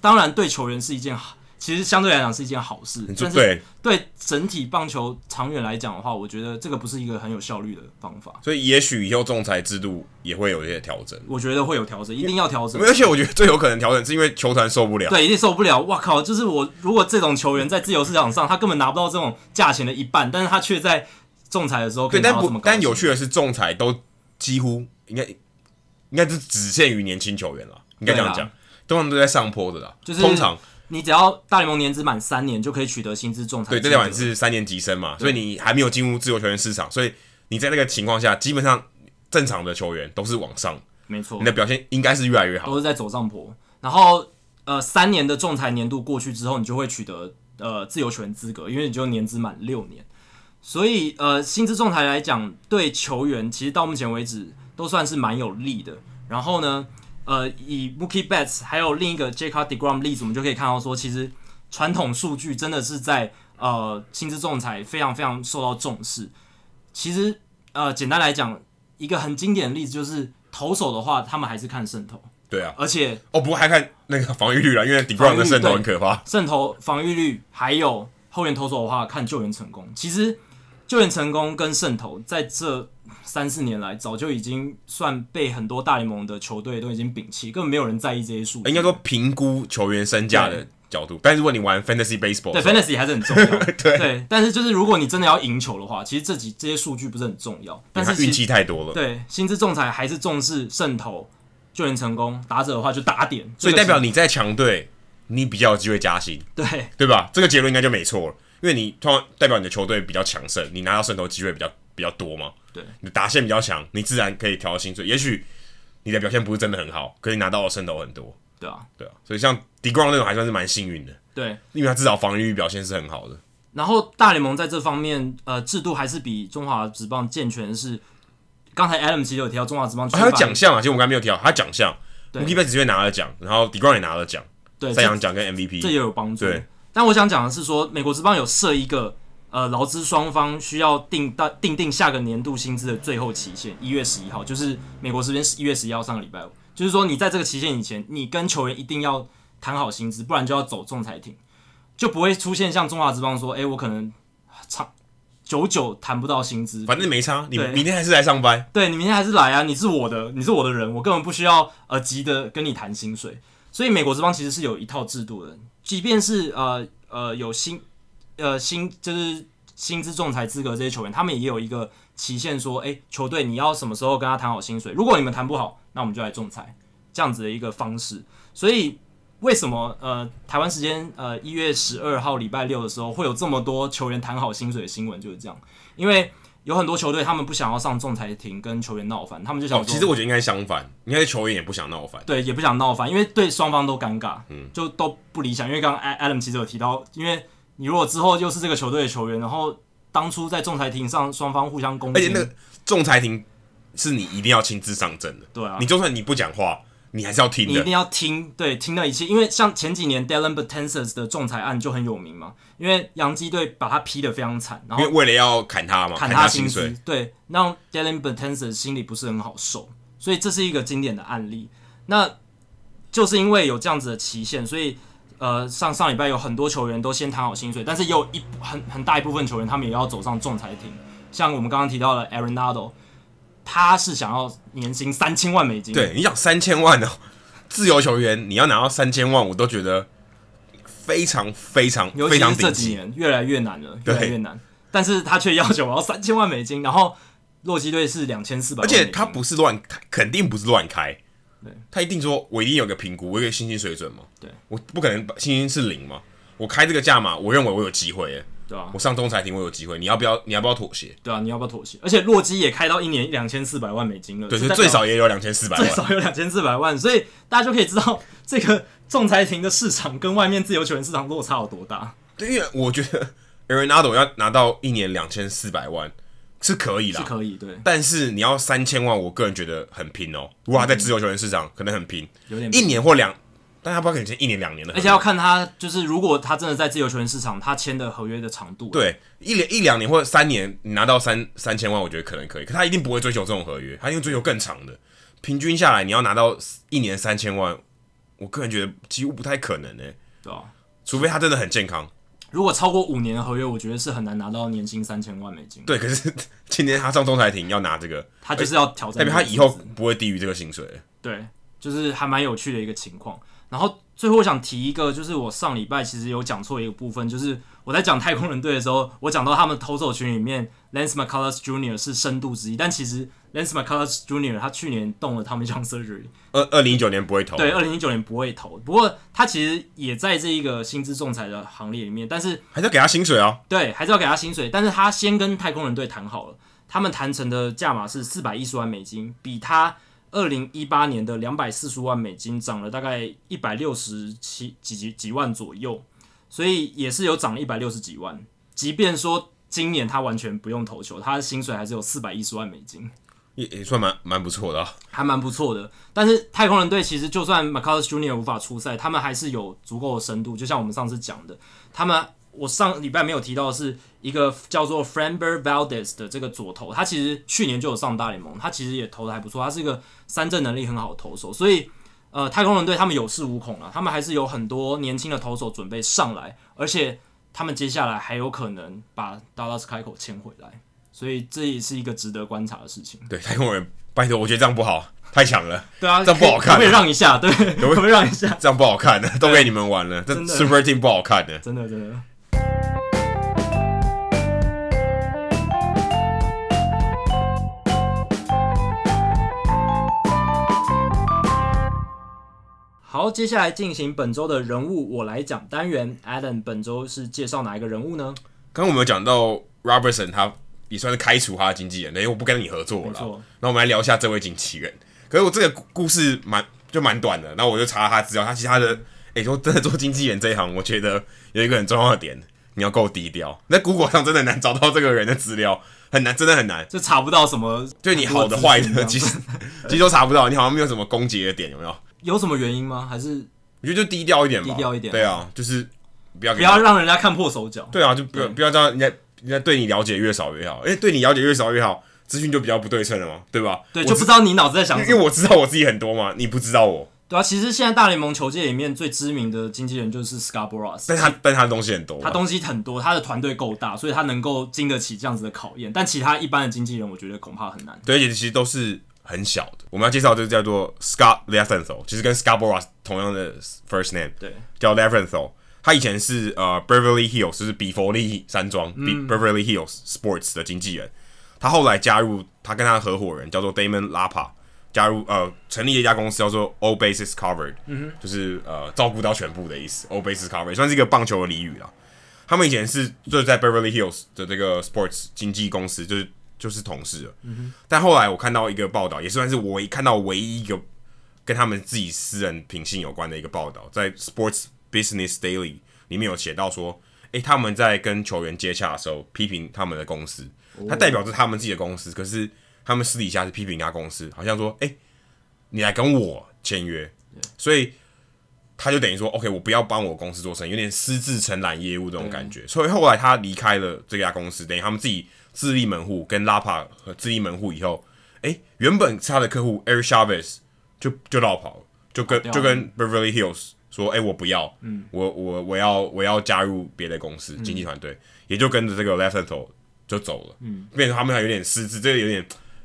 S2: 当然对球员是一件好，其实相对来讲是一件好事
S1: 你，说
S2: 但是
S1: 对，啊
S2: 对整体棒球长远来讲的话，我觉得这个不是一个很有效率的方法。
S1: 所以也许以后仲裁制度也会有一些调整。
S2: 我觉得会有调整，一定要调整。
S1: 而且我觉得最有可能调整是因为球团受不了。
S2: 对，一定受不了。哇靠！就是我，如果这种球员在自由市场上，他根本拿不到这种价钱的一半，但是他却在仲裁的时候可以
S1: 对，
S2: 拿
S1: 但
S2: 到这
S1: 不
S2: 么高
S1: 但
S2: 薪
S1: 有趣的是，仲裁都几乎应该应该是只限于年轻球员了，应该这样
S2: 对
S1: 讲，通常都在上坡的啦。
S2: 就是
S1: 通常
S2: 你只要大联盟年资满三年就可以取得薪资仲裁
S1: 对，
S2: 资格。
S1: 这两晚是三年级生嘛，所以你还没有进入自由球员市场，所以你在那个情况下，基本上正常的球员都是往上，
S2: 没错
S1: 你，的表现应该是越来越好。
S2: 都是在走上坡。然后呃，三年的仲裁年度过去之后，你就会取得呃自由球员资格，因为你就年资满六年。所以呃，薪资仲裁来讲，对球员其实到目前为止都算是蛮有利的。然后呢，呃，以 Mookie Betts 还有另一个 Jacob Degrom 例子，我们就可以看到说，其实传统数据真的是在呃薪资仲裁非常非常受到重视。其实呃，简单来讲，一个很经典的例子就是投手的话，他们还是看渗透。
S1: 对啊，
S2: 而且
S1: 哦，不过还看那个防御率了，因为 d e b r o n 的渗透很可怕。
S2: 渗透防御率还有后援投手的话，看救援成功。其实救援成功跟渗透在这三四年来，早就已经算被很多大联盟的球队都已经摒弃，根本没有人在意这些数据。
S1: 哎呃应该说评估球员身价的角度，但是如果你玩 Fantasy Baseball，的
S2: 对
S1: 时候
S2: fantasy 还是很重要，
S1: 对
S2: 对。但是就是如果你真的要赢球的话，其实这几这些数据不是很重要，但是
S1: 他运
S2: 其
S1: 气太多了，
S2: 对薪资仲裁还是重视渗透。救援成功，打者的话就打点，
S1: 所以
S2: 这个
S1: 代
S2: 是
S1: 表你在强队，你比较有机会加薪，
S2: 对
S1: 对吧？这个结论应该就没错了，因为你通常代表你的球队比较强盛，你拿到渗透机会比较比较多嘛。
S2: 对，
S1: 你打线比较强，你自然可以调到薪水。也许你的表现不是真的很好，可是你拿到的渗透很多，
S2: 对啊，
S1: 对啊。所以像 d e g r o n 那种还算是蛮幸运的，
S2: 对。
S1: 因为他至少防御力表现是很好的。
S2: 然后大联盟在这方面，呃，制度还是比中华职棒健全的是。刚才 Adam 其实有提到中华职棒
S1: 哦
S2: 缺
S1: 还有
S2: 乏，
S1: 奖项啊，其实我刚才没有提到，还有奖项
S2: 对
S1: ，Mookie Betts 直接拿了奖，然后 d e g r o n 也拿了奖，
S2: 对，
S1: 赛扬
S2: 这
S1: 奖跟
S2: 这
S1: MVP。
S2: 也有帮助
S1: 对。
S2: 但我想讲的是说，美国职棒有设一个呃劳资双方需要定到定定下个年度薪资的最后期限，一月十一号，就是美国时间一月十一号上个礼拜五，就是说你在这个期限以前，你跟球员一定要谈好薪资，不然就要走仲裁庭，就不会出现像中华职棒说，哎，我可能长久久谈不到薪资，
S1: 反正没差，啊你
S2: 对
S1: 明天还是来上班，
S2: 对你明天还是来啊，你是我的，你是我的人，我根本不需要呃急的跟你谈薪水。所以美国这帮其实是有一套制度的，即便是呃呃有薪呃薪就是薪资仲裁资格这些球员，他们也有一个期限说，哎、球队你要什么时候跟他谈好薪水？如果你们谈不好，那我们就来仲裁，这样子的一个方式。所以为什么呃台湾时间呃一月十二号礼拜六的时候会有这么多球员谈好薪水的新闻？就是这样，因为有很多球队他们不想要上仲裁庭跟球员闹翻，他们就想
S1: 哦，
S2: 说、
S1: 其实我觉得应该相反，应该是球员也不想闹翻。
S2: 对，也不想闹翻，因为对双方都尴尬，嗯，就都不理想。因为刚刚 A- Adam 其实有提到，因为你如果之后又是这个球队的球员，然后当初在仲裁庭上双方互相攻
S1: 而且
S2: 击，
S1: 那个仲裁庭是你一定要亲自上阵的，
S2: 对啊
S1: 你，就算你不讲话，你还是要听
S2: 你一
S1: 的
S2: 定。要听，对，听那一切。因为像前几年 Dylan Betances 的仲裁案就很有名嘛，因为洋基队把他批得非常惨，然
S1: 因
S2: 后
S1: 为为了要砍他嘛，
S2: 砍
S1: 砍
S2: 他
S1: 薪
S2: 薪资
S1: 水，，
S2: 对，让 Dylan Betances 心里不是很好受，所以这是一个经典的案例。那就是因为有这样子的期限，所以呃，上上礼拜有很多球员都先谈好薪水，但是也有一很很大一部分球员他们也要走上仲裁庭，像我们刚刚提到的 Aaron Nado，他是想要年薪三千万美金，
S1: 对你想三千万哦， 自由球员你要拿到三千万，我都觉得非常非常
S2: 尤
S1: 非
S2: 其
S1: 常
S2: 是这
S1: 顶
S2: 几
S1: 级。
S2: 年越来越难了，越
S1: 对
S2: 来越难。但是他却要求我要三千万美金，然后洛基队是两千四百，
S1: 而且他不是乱开，肯定不是乱开
S2: 对，
S1: 他一定说我一定有个评估，我有个薪金水准嘛，
S2: 对，
S1: 我不可能把薪金是零嘛，我开这个价嘛，我认为我有机会耶，
S2: 对吧、
S1: 我上仲裁庭我有机会，你要不要你要不要妥协？
S2: 对啊，你要不要妥协？而且洛基也开到一年两千四百万美金了，
S1: 对，所
S2: 就
S1: 以
S2: 代
S1: 最
S2: 表
S1: 少也有两千四百
S2: 最
S1: 万，
S2: 少有两千四百万，所以大家就可以知道 这个仲裁庭的市场跟外面自由球员市场落差有多大，
S1: 对，因为我觉得 Arenado 要拿到一年两千四百万是可以
S2: 是
S1: 啦，
S2: 可以对，
S1: 但是你要三千万，我个人觉得很拼哦。如果
S2: 嗯
S1: 他在自由球员市场，可能很拼，
S2: 有点
S1: 一年或两，但他不知道可能签一年两年的合
S2: 而
S1: 约，
S2: 且要看他就是如果他真的在自由球员市场，他签的合约的长度，，
S1: 对一年一两年或者三年，你拿到三三千万，我觉得可能可以，可他一定不会追求这种合约，他一定追求更长的。平均下来，你要拿到一年三千万，我个人觉得几乎不太可能呢、欸
S2: 对吧？
S1: 除非他真的很健康。
S2: 如果超过五年的合约，我觉得是很难拿到年薪三千万美金，
S1: 对，可是 今天他上仲裁庭要拿这个，
S2: 他就是要挑
S1: 代
S2: 战这
S1: 表
S2: 个数字，
S1: 他以后不会低于这个薪水欸了。
S2: 对，就是还蛮有趣的一个情况。然后最后我想提一个，就是我上礼拜其实有讲错一个部分，就是我在讲太空人队的时候，我讲到他们投手群里面，Lance McCullers Jr. 是深度之一，但其实 Lance McCullers Jr. 他去年动了 Tommy John surgery，
S1: 二二零一九年不会投，
S2: 对，二零一九年不会投，不过他其实也在这一个薪资仲裁的行列里面，但是
S1: 还是要给他薪水啊。
S2: 对，还是要给他薪水，但是他先跟太空人队谈好了，他们谈成的价码是四百一十万美金，比他二零一八年的两百四十万美金涨了大概一百六十七几几几万左右，所以也是有涨了一百六十几万。即便说今年他完全不用投球，他的薪水还是有四百一十万美金，
S1: 也也算蛮蛮不错的、啊。
S2: 还蛮不错的。但是太空人队其实就算 m a c a u s Junior 无法出赛，他们还是有足够的深度。就像我们上次讲的，他们我上礼拜没有提到的是一个叫做 Framber Valdez 的这个左投，他其实去年就有上大联盟，他其实也投的还不错，他是一个三振能力很好的投手，所以。呃，太空人队他们有恃无恐啊，他们还是有很多年轻的投手准备上来，而且他们接下来还有可能把 Dallas 开口签回来，所以这也是一个值得观察的事情。
S1: 对，太空人，拜托，我觉得这样不好，太强了，
S2: 对啊，
S1: 这样不好看啊
S2: 可可不可以让 一下？对，可不可以让一下？
S1: 这样不好看的，都给你们玩了，这
S2: 真的
S1: Super Team 不好看的。
S2: 真的真的。好，接下来进行本周的人物我来讲单元。Adam 本周是介绍哪一个人物呢？
S1: 刚刚我们有讲到 Robertson，他也算是开除他的经纪人，哎，我不跟你合作
S2: 没
S1: 了啦。
S2: 错，
S1: 那我们来聊一下这位经纪人。可是我这个故故事蛮就蛮短的，那我就查了他资料，他其他的，哎，说真的做经纪人这一行，我觉得有一个很重要的点，你要够低调。在 Google 上真的很难找到这个人的资料，很难，真的很难。
S2: 就查不到什么
S1: 对你好的坏的， 其实
S2: 其实
S1: 其实都查不到，你好像没有什么攻击的点，有没有？
S2: 有什么原因吗？还是
S1: 我觉得就低调一点吧，
S2: 低调一点
S1: 对啊，就是不要
S2: 不
S1: 给
S2: 要
S1: 他，
S2: 让人家看破手脚？
S1: 对啊，就不要不要让人家人家对你了解越少越好，因为对你了解越少越好，资讯就比较不对称了嘛，对吧？
S2: 对，
S1: 我
S2: 就不知道你脑子在想什
S1: 因
S2: 么
S1: 为。我知道我自己很多嘛，你不知道我，
S2: 对啊，其实现在大联盟球界里面最知名的经纪人就是 Scarborough，
S1: 但他但他的东西很多嘛，
S2: 他东西很多，他的团队够大，所以他能够经得起这样子的考验。但其他一般的经纪人，我觉得恐怕很难。
S1: 对，而且其实都是很小的。我们要介绍这个叫做 Scott l e f e n t h o 其实跟 Scarborough 同样的 first name，
S2: 对，
S1: 叫 l e f e n t h o 他以前是呃 Beverly Hills，就是比佛利山庄、比 Beverly Hills Sports 的经纪人。他后来加入他跟他的合伙人叫做 Damon Lapa，加入呃成立了一家公司叫做 All Bases Covered，、就是呃照顾到全部的意思。All Bases Covered 算是一个棒球的俚语啦。他们以前是就是在 Beverly Hills 的这个 Sports 经纪公司，就是就是同事了。但后来我看到一个报道，也算是我一看到唯一一个跟他们自己私人品性有关的一个报道，在 Sports Business Daily 里面有写到说，诶、他们在跟球员接洽的时候批评他们的公司，他代表着他们自己的公司，可是他们私底下是批评他公司，好像说，诶、你来跟我签约，所以他就等于说，OK，我不要帮我公司做生意，有点私自承揽业务这种感
S2: 嗯
S1: 觉。所以后来他离开了这家公司，等于他们自己自立门户，跟拉帕和自立门户以后，诶，原本是他的客户 Air Chavez 就就绕跑了，就跟
S2: 跑掉了嗯
S1: 就跟 Beverly Hills 说，诶，我不要，我我我要我要加入别的公司经纪团队，也就跟着这个 l e f t e n t o 就走了，嗯，变成他们还有点失职，这个有点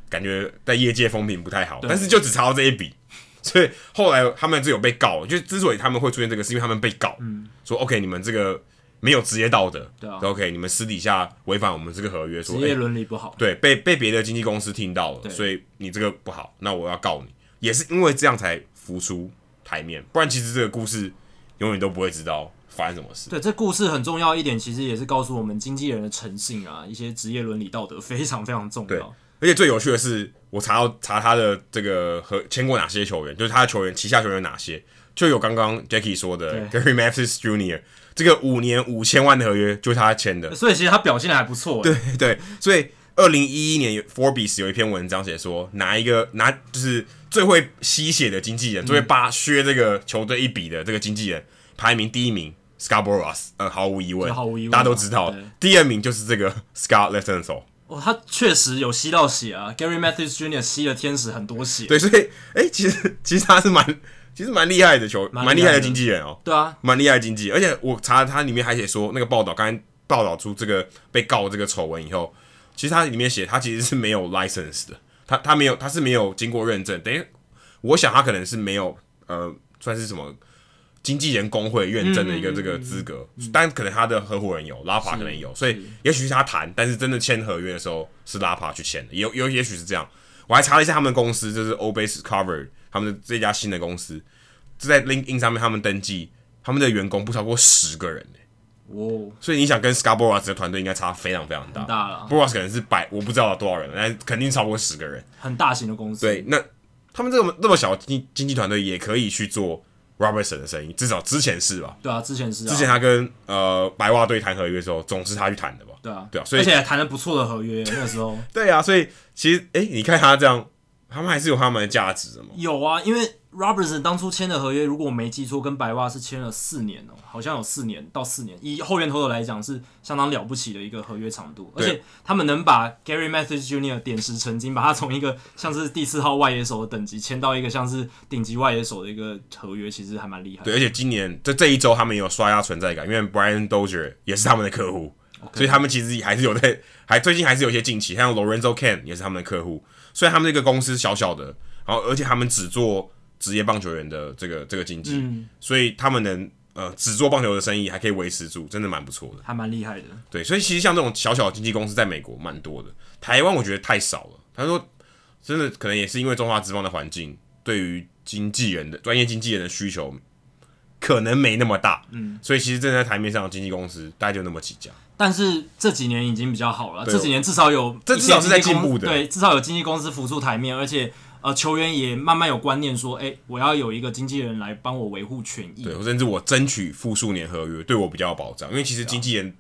S1: 感觉在业界风评不太好，但是就只查到这一笔，所以后来他们就有被告，就之所以他们会出现这个，是因为他们被告，说 OK，你们这个没有职业道德，
S2: 嗯对啊
S1: o k 你们私底下违反我们这个合约，说
S2: 职
S1: 哎
S2: 业伦理不好。
S1: 对，被被别的经纪公司听到了，所以你这个不好，那我要告你。也是因为这样才浮出台面，不然其实这个故事永远都不会知道发生什么事。
S2: 对，这故事很重要一点，其实也是告诉我们经纪人的诚信啊，一些职业伦理道德非常非常重
S1: 对
S2: 要。
S1: 而且最有趣的是，我查到查他的这个和签过哪些球员，就是他的球员旗下球员有哪些，就有刚刚 Jackie 说的 Gary Mathis Jr. 这个五年五千万的合约就是他签 的，
S2: 所以其实他表现的还不错、欸对，
S1: 对，所以二零一一年有 Forbes 有一篇文章写说，哪一个拿就是最会吸血的经纪
S2: 嗯
S1: 人，最会扒削这个球队一笔的这个经纪人，排名第一名 Scarborough，呃，毫无疑问，
S2: 这毫无疑问
S1: 大
S2: 啊
S1: 家都知道
S2: 对。
S1: 第二名就是这个 Scott l e t t e n s o
S2: 哦，他确实有吸到血啊，Gary Matthews Jr. 吸了天使很多血。
S1: 对，所以哎、诶其实其实他是蛮其实蛮厉害的球，
S2: 蛮
S1: 蛮
S2: 厉
S1: 厉害
S2: 害
S1: 的
S2: 的
S1: 经纪人哦。
S2: 对啊，
S1: 蛮厉害的经济，而且我查他里面还写说，那个报道刚才报道出这个被告这个丑闻以后，其实他里面写他其实是没有 license 的，他他没有他是没有经过认证，等于我想他可能是没有呃算是什么经纪人工会认证的一个这个资格，但可能他的合伙人有，拉帕可能有，所以也嗯许是他谈，但是真的签合约的时候是拉帕去签的，有有也许是这样。我还查了一下他们的公司，就是 o b a s e Cover 他们的这家新的公司，这在 LinkedIn 上面他们登记，他们的员工不超过十个人、欸、
S2: 哦，
S1: 所以你想跟 Scarborough 的团队应该差非常非常大。
S2: 很大了
S1: b o r o s 可能是百，我不知道多少人，但肯定超过十个人。
S2: 很大型的公司。
S1: 对，那他们这么这么小的经经纪团队也可以去做 Robertson 的生意，至少之前是吧？
S2: 对啊，之前是、啊、
S1: 之前他跟呃白袜队谈合约的时候，总是他去谈的吧？
S2: 对啊，
S1: 对啊所以
S2: 而且还谈了不错的合约， 那个时候
S1: 对啊，所以其实哎、你看他这样，他们还是有他们的价值的嘛。
S2: 有啊，因为 Robertson 当初签的合约，如果我没记错，跟白袜是签了四年哦、好像有四年到四年，以后援投手来讲是相当了不起的一个合约长度，而
S1: 对
S2: 且他们能把 Gary Mathis Jr. 点石成金，把他从一个像是第四号外野手的等级签到一个像是顶级外野手的一个合约，其实还蛮厉害的。
S1: 对，而且今年这这一周他们也有刷压存在感，因为 Brian Dozier 也是他们的客户所以他们其实还是有在，还最近还是有一些近期，像 Lorenzo Can 也是他们的客户。虽然他们这个公司小小的，然后而且他们只做职业棒球员的这个这个经济，
S2: 嗯，
S1: 所以他们能呃只做棒球的生意，还可以维持住，真的蛮不错的。
S2: 还蛮厉害的。
S1: 对，所以其实像这种小小的经纪公司，在美国蛮多的，台湾我觉得太少了。他说，真的可能也是因为中华职棒的环境，对于经纪人的专业经纪人的需求，可能没那么大。嗯，所以其实站在台面上的经纪公司，大概就那么几家。
S2: 但是这几年已经比较好了，
S1: 对
S2: 这几年至少有
S1: 这至少是在进步的
S2: 对，至少有经纪公司浮出台面，而且呃，球员也慢慢有观念说，哎、我要有一个经纪人来帮我维护权益
S1: 对，，甚至我争取复数年合约，对我比较有保障。因为其实经纪人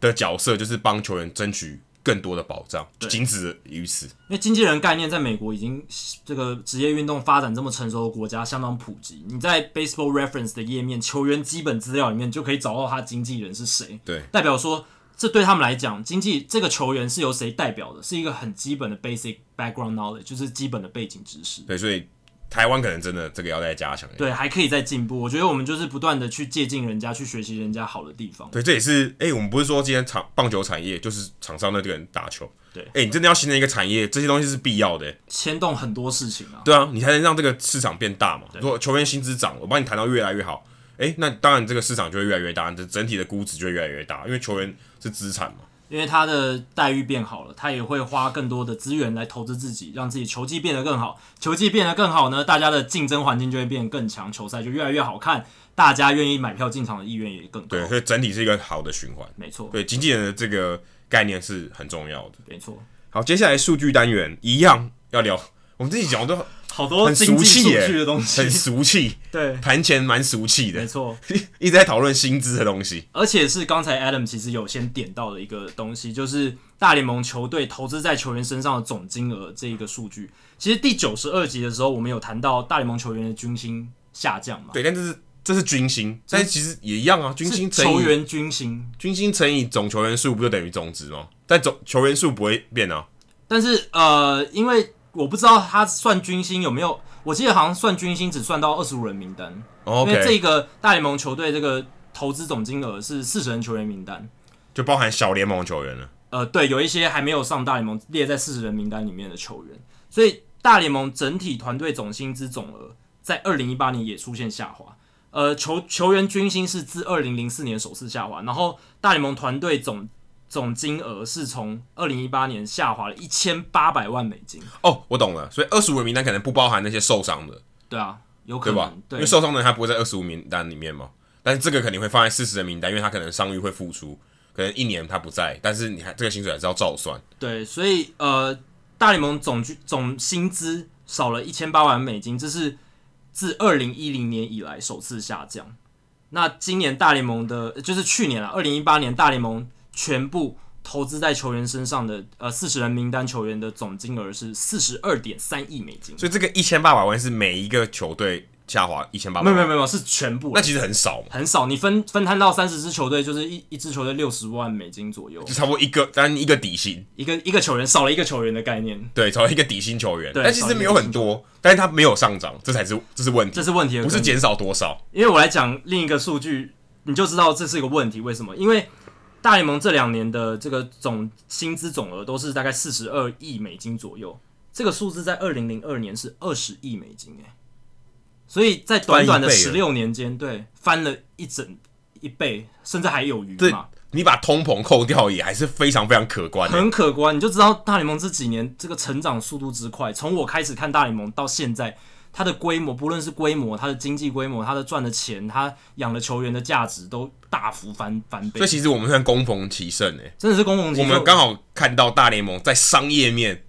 S1: 的角色就是帮球员争取更多的保障，仅止于此。
S2: 因为经纪人概念在美国已经这个职业运动发展这么成熟的国家相当普及，你在 Baseball Reference 的页面球员基本资料里面就可以找到他经纪人是谁，
S1: 对，
S2: 代表说。这对他们来讲，经纪这个球员是由谁代表的，是一个很基本的 basic background knowledge，就是基本的背景知识。
S1: 对，所以台湾可能真的这个要再加强一点。
S2: 对，还可以再进步。我觉得我们就是不断的去借鉴人家，去学习人家好的地方。
S1: 对，这也是哎、我们不是说今天场棒球产业就是场上那个人打球，
S2: 对
S1: 哎、你真的要形成一个产业，这些东西是必要的、
S2: 牵动很多事情啊，
S1: 对啊，你才能让这个市场变大嘛。如果球员薪资涨，我帮你谈到越来越好，哎、诶，那当然这个市场就会越来越大，你的整体的估值就会越来越大，因为球员是资产嘛。
S2: 因为他的待遇变好了，他也会花更多的资源来投资自己，让自己球技变得更好。球技变得更好呢，大家的竞争环境就会变得更强，球赛就越来越好看，大家愿意买票进场的意愿也更高。
S1: 对，所以整体是一个好的循环。
S2: 没错，
S1: 对，经纪人的这个概念是很重要的。
S2: 没错，
S1: 好，接下来数据单元一样要聊，我们自己讲都
S2: 好多
S1: 很
S2: 经
S1: 俗
S2: 济
S1: 气
S2: 数
S1: 耶、
S2: 据的东西
S1: 很。俗气，
S2: 对，
S1: 盘前蛮俗气
S2: 没
S1: 的，
S2: 错，
S1: 一直在讨论薪资的东西。
S2: 而且是刚才 Adam 其实有先点到的一个东西，就是大联盟球队投资在球员身上的总金额这一个数据。其实第九十二集的时候，我们有谈到大联盟球员的军薪下降嘛，
S1: 对，但这是这是军薪，但其实也一样啊，军
S2: 是
S1: 薪乘
S2: 球
S1: 以
S2: 员军薪
S1: 军薪乘以总球员数，不就等于总值吗？但总球员数不会变啊。
S2: 但是呃，因为我不知道他算军薪有没有，我记得好像算军薪只算到二十五人名单
S1: 哦
S2: 因为
S1: OK，
S2: 这个大联盟球队这个投资总金额是四十人球员名单。
S1: 就包含小联盟球员了。
S2: 呃，对，有一些还没有上大联盟列在四十人名单里面的球员，所以大联盟整体团队总薪资总额在二零一八年也出现下滑。呃，球球员军薪是自二零零四年首次下滑，然后大联盟团队总总金额是从二零一八年下滑了一千八百万美金。
S1: 哦，我懂了，所以二十五名单可能不包含那些受伤的，
S2: 对啊，有可
S1: 对吧
S2: 能？
S1: 因
S2: 对
S1: 为受伤的人他不会在二十五名单里面嘛，但是这个肯定会放在四十人名单，因为他可能伤愈会复出，可能一年他不在，但是你还这个薪水还是要照算。
S2: 对，所以呃，大联盟总局总薪资少了一千八百万美金，这是自二零一零年以来首次下降。那今年大联盟的，就是去年啊，二零一八年大联盟全部投资在球员身上的呃四十人名单球员的总金额是四十二点三亿美金。
S1: 所以这个一千八百万是每一个球队下滑一千八百
S2: 没有
S1: 万，
S2: 没有没有，是全部
S1: 那其实很少嘛，
S2: 很少。你分分摊到三十支球队，就是一一支球队六十万美金左右
S1: 就，差不多一个单一个底薪，
S2: 一个一个球员少了一个球员的概念。
S1: 对，少一个底薪球员，
S2: 对
S1: 但其实没有很多，但是他没有上涨，这才是这是问题，
S2: 这是问题的
S1: 不
S2: 根
S1: 是
S2: 源
S1: 减少多少，
S2: 因为我来讲另一个数据，你就知道这是一个问题。为什么？因为大联盟这两年的这个总薪资总额都是大概四十二亿美金左右，这个数字在二零零二年是二十亿美金诶、所以在短短的
S1: 翻一
S2: 十
S1: 倍
S2: 六年间，对，翻了一整一倍，甚至还有余
S1: 对
S2: 嘛，
S1: 你把通膨扣掉也还是非常非常可观欸的。
S2: 很可观。你就知道大联盟这几年这个成长速度之快，从我开始看大联盟到现在，它的规模，不论是规模、它的经济规模、它的赚的钱、它养的球员的价值，都大幅翻翻倍
S1: 所以。其实我们算攻逢其胜诶、
S2: 真的是公共机
S1: 我
S2: 构
S1: 们刚好看到大联盟在商业面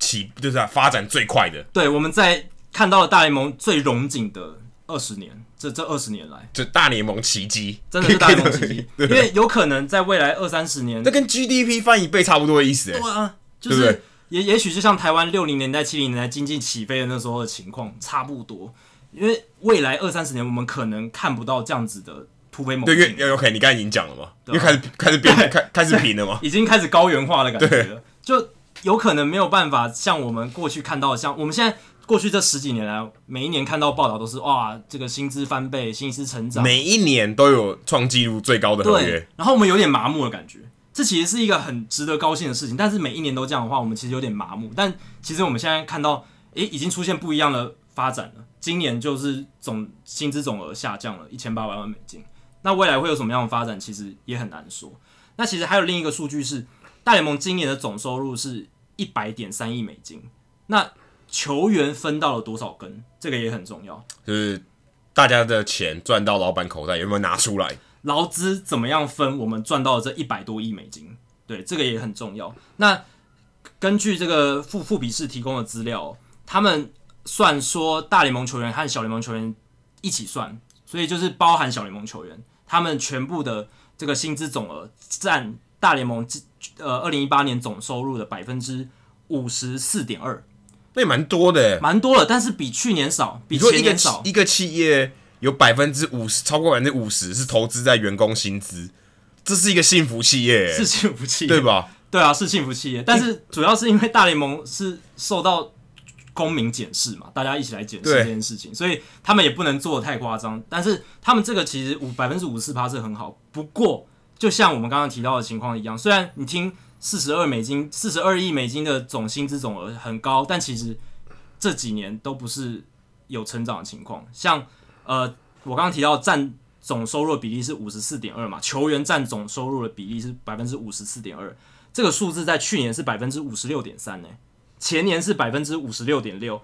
S1: 起就是、啊、发展最快的，
S2: 对我们在看到了大联盟最荣景的二十年，这这二十年来，
S1: 就大联盟奇迹，，
S2: 真的是大联盟奇迹 因为有可能在未来二三十年
S1: 这，跟 GDP 翻一倍差不多的意思诶、欸
S2: 对啊，就
S1: 对不对
S2: 是也也许就像台湾六零年代、七零年代经济起飞的那时候的情况差不多，因为未来二三十年我们可能看不到这样子的突飞猛
S1: 对，因
S2: 进，
S1: 为 OK，你刚才已经讲了嘛，因
S2: 啊
S1: 为开始开始变开开始平了 嘛，
S2: 已经开始高原化的感觉了，就有可能没有办法像我们过去看到的，像我们现在。过去这十几年来，每一年看到报道都是哇，这个薪资翻倍，薪资成长，
S1: 每一年都有创纪录最高的合约
S2: 啊对，，然后我们有点麻木的感觉。这其实是一个很值得高兴的事情，但是每一年都这样的话，我们其实有点麻木。但其实我们现在看到，诶，已经出现不一样的发展了。今年就是总薪资总额下降了一千八百万美金，那未来会有什么样的发展，其实也很难说。那其实还有另一个数据是，大联盟今年的总收入是一百点三亿美金，那球员分到了多少根，这个也很重要。
S1: 就是大家的钱赚到老板口袋有没有拿出来？
S2: 劳资怎么样分我们赚到的这一百多亿美金？对，这个也很重要。那根据这个富富比士提供的资料哦，他们算说大联盟球员和小联盟球员一起算，所以就是包含小联盟球员，他们全部的这个薪资总额占大联盟呃二零一八年总收入的百分之呃五十四点二，
S1: 那也蛮多的欸。
S2: 蛮多了，但是比去年少，比
S1: 你说一
S2: 前
S1: 个
S2: 年
S1: 企
S2: 少。
S1: 一个企业有百分之五十，超过百分之五十是投资在员工薪资，这是一个幸福企业欸，
S2: 是幸福企业，
S1: 对吧？
S2: 对啊，是幸福企业，但是主要是因为大联盟是受到公民检视嘛，大家一起来检视
S1: 对
S2: 这件事情，所以他们也不能做的太夸张。但是他们这个其实五百分之五四趴是很好，不过就像我们刚刚提到的情况一样，虽然你听四十二美金、四十二亿美金的总薪资总额很高，但其实这几年都不是有成长的情况，像呃。我刚刚提到占总收入的比例是五十四点二嘛，球员占总收入的比例是百分之五十四点二，这个数字在去年是百分之五十六点三呢，前年是百分之五十六点六，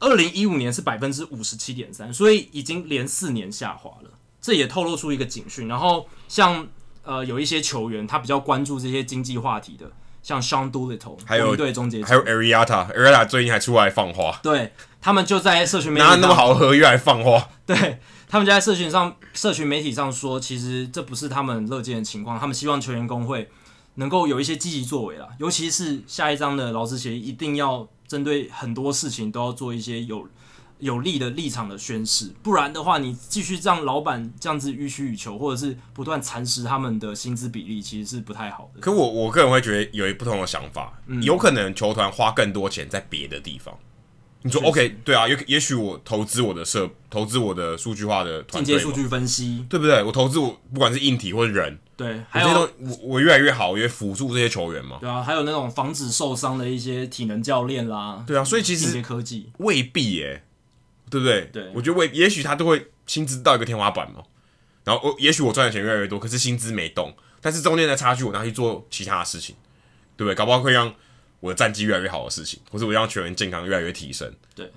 S2: 二零一五年是百分之五十七点三，所以已经连四年下滑了，这也透露出一个警讯。然后像呃有一些球员他比较关注这些经济话题的，像 Sean Doolittle，
S1: 还有
S2: 对终结者
S1: 还有 Ariata，Ariata 最近还出来放话，
S2: 对他们就在社群媒体
S1: 拿
S2: 上
S1: 那么好的合约还放话，
S2: 对他们就在社群上、社群媒体上说，其实这不是他们乐见的情况，他们希望球员工会能够有一些积极作为啦，尤其是下一章的劳资协议，一定要针对很多事情都要做一些有有利的立场的宣示，不然的话，你继续让老板这样子予取予求，或者是不断蚕食他们的薪资比例，其实是不太好的。
S1: 可我我个人会觉得有一不同的想法，
S2: 嗯
S1: 有可能球团花更多钱在别的地方。你说
S2: 确实
S1: OK，对啊，也也许我投资我的社，投资我的数据化的
S2: 进
S1: 团队
S2: 阶
S1: 嘛，
S2: 数据分析，
S1: 对不对？我投资我不管是硬体或者人，
S2: 对，还
S1: 我这些
S2: 有
S1: 都我我越来越好，我也辅助这些球员嘛。
S2: 对啊，还有那种防止受伤的一些体能教练啦，
S1: 对啊，所以其
S2: 进
S1: 实
S2: 阶科技，
S1: 未必耶、对不对？
S2: 对
S1: 我觉得未，也许他都会薪资到一个天花板嘛。然后哦我也许我赚的钱越来越多，可是薪资没动，但是中间的差距我拿去做其他的事情，对不对？搞不好会让我的战绩越来越好的事情，或者我让球员健康越来越提升。
S2: 对，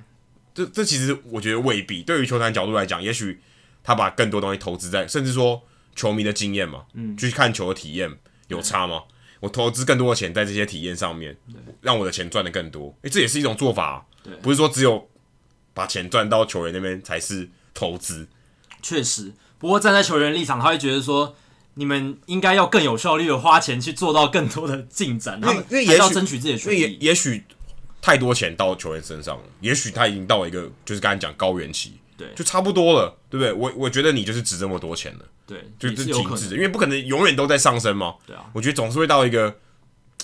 S1: 这这其实我觉得未必。对于球团角度来讲，也许他把更多东西投资在，甚至说球迷的经验嘛，嗯，去看球的体验有差吗？我投资更多的钱在这些体验上面，让我的钱赚的更多，诶，这也是一种做法啊、
S2: 对
S1: 不是说只有把钱赚到球员那边才是投资，
S2: 确实，不过站在球员立场，他会觉得说，你们应该要更有效率的花钱去做到更多的进展，他
S1: 为
S2: 们
S1: 因为
S2: 还
S1: 也
S2: 要
S1: 许
S2: 争取自己的
S1: 所
S2: 权
S1: 以也
S2: 益。
S1: 也许太多钱到球员身上了，也许他已经到了一个就是刚才讲高原期，
S2: 对
S1: 就差不多了，对不对？我我觉得你就是值这么多钱了，
S2: 对，
S1: 就
S2: 也
S1: 就是
S2: 有
S1: 停
S2: 可
S1: 滞
S2: 能
S1: 的，。因为不可能永远都在上升嘛。
S2: 对啊，
S1: 我觉得总是会到一个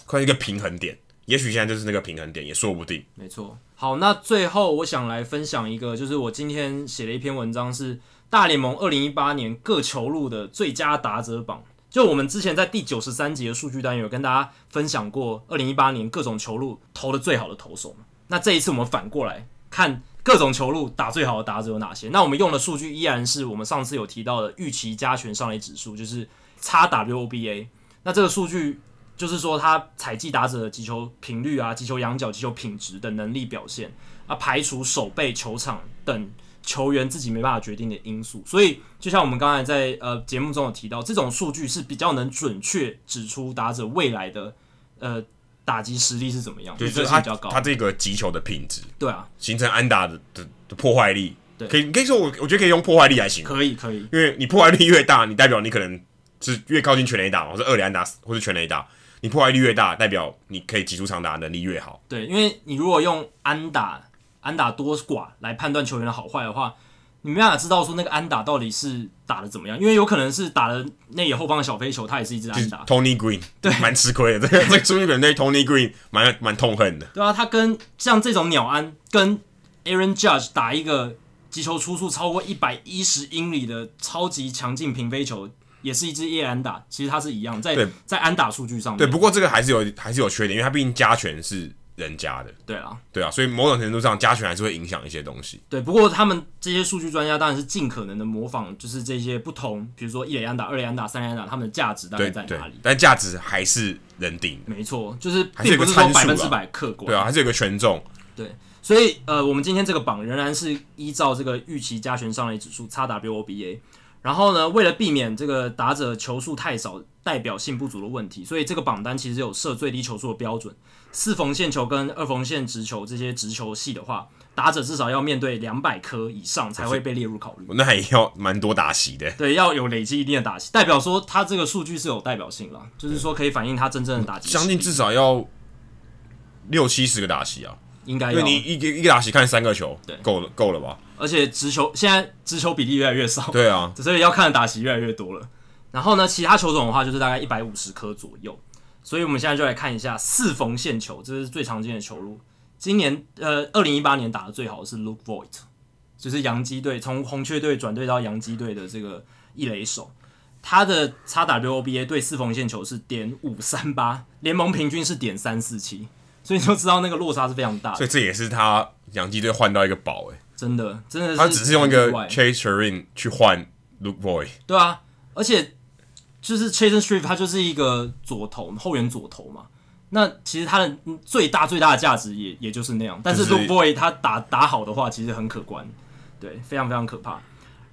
S1: 快一个平衡点，也许现在就是那个平衡点，也说不定。
S2: 没错。好，那最后我想来分享一个，就是我今天写了一篇文章，是大联盟二零一八年各球路的最佳打者榜。就我们之前在第九十三集的数据单元有跟大家分享过，二零一八年各种球路投的最好的投手嘛。那这一次我们反过来看各种球路打最好的打者有哪些？那我们用的数据依然是我们上次有提到的预期加权上垒指数，就是叉 WOBA。那这个数据就是说他采集打者的击球频率啊、击球仰角、击球品质的能力表现啊，排除手背、球场等球员自己没办法决定的因素。所以，就像我们刚才在呃节目中有提到，这种数据是比较能准确指出打者未来的呃打击实力是怎么样，
S1: 就
S2: 这
S1: 是
S2: 是
S1: 他
S2: 比较高
S1: 他。这个击球的品质，
S2: 对啊，
S1: 形成安打的的的破坏力，
S2: 对
S1: 可以你可以说我我觉得可以用破坏力来形容。
S2: 可以，可以，
S1: 因为你破坏力越大，你代表你可能是越靠近全垒打，或是二垒安打，或是全垒打。你破坏力越大，代表你可以击出长打能力越好。
S2: 对，因为你如果用安打、安打多寡来判断球员的好坏的话，你没办法知道说那个安打到底是打的怎么样，因为有可能是打了内野后方的小飞球，它也是一支
S1: 就是
S2: 安打，
S1: Tony Green 对，蛮吃亏的。这个这个数据可能对 Tony Green 蛮蛮痛恨的。
S2: 对啊，他跟像这种鸟安跟 Aaron Judge 打一个击球出速超过一百一十英里的超级强劲平飞球，也是一支夜安打，其实它是一样，在
S1: 对
S2: 在安打数据上面，
S1: 对，不过这个还是有还是有缺点，因为它毕竟加权是人家的，
S2: 对啊，
S1: 对啊，所以某种程度上加权还是会影响一些东西。
S2: 对，不过他们这些数据专家当然是尽可能的模仿，就是这些不同，比如说一垒安打、二垒安打、三垒安打，他们的价值大概
S1: 对
S2: 在
S1: 对
S2: 哪里，？
S1: 但价值还是人定的，
S2: 没错，就是
S1: 还是有
S2: 并不
S1: 个
S2: 是说
S1: 参
S2: 百
S1: 数
S2: 分
S1: 啦
S2: 之百客观。
S1: 对啊，还是有一个权重。
S2: 所以呃，我们今天这个榜仍然是依照这个预期加权上垒指数 XWOBA。然后呢，为了避免这个打者球数太少、代表性不足的问题，所以这个榜单其实有设最低球数的标准。四缝线球跟二缝线直球这些直球系的话，打者至少要面对两百颗以上才会被列入考虑。
S1: 那也要蛮多打席 的。
S2: 对，要有累积一定的打击，代表说他这个数据是有代表性啦，就是说可以反映他真正的打击实力，
S1: 将近至少要六七十个打席啊，
S2: 应该
S1: 因为
S2: 要。
S1: 你一个一个打席看三个球，
S2: 对
S1: 够了够了吧？
S2: 而且直球现在直球比例越来越少，
S1: 对啊，
S2: 所以要看的打击越来越多了。然后呢，其他球种的话就是大概一百五十颗左右。所以我们现在就来看一下四缝线球，这是最常见的球路。今年呃，二零一八年打的最好的是 Luke Voigt，就是洋基队从红雀队转队到洋基队的这个一垒手，他的 XWOBA 对四缝线球是点五三八，联盟平均是点三四七，所以你就知道那个落差是非常大的
S1: 所。以这也是他洋基队换到一个宝哎、欸
S2: 真的真的是
S1: 他只是用一个
S2: 意外
S1: Chase Sherin 去换 Luke Boy，
S2: 对啊，而且就是 Chasen Street 他就是一个左投后援左投嘛。那其实他的最大最大的价值也也就是那样，但是
S1: 就是
S2: Luke Boy 他打打好的话，其实很可观，对，非常非常可怕。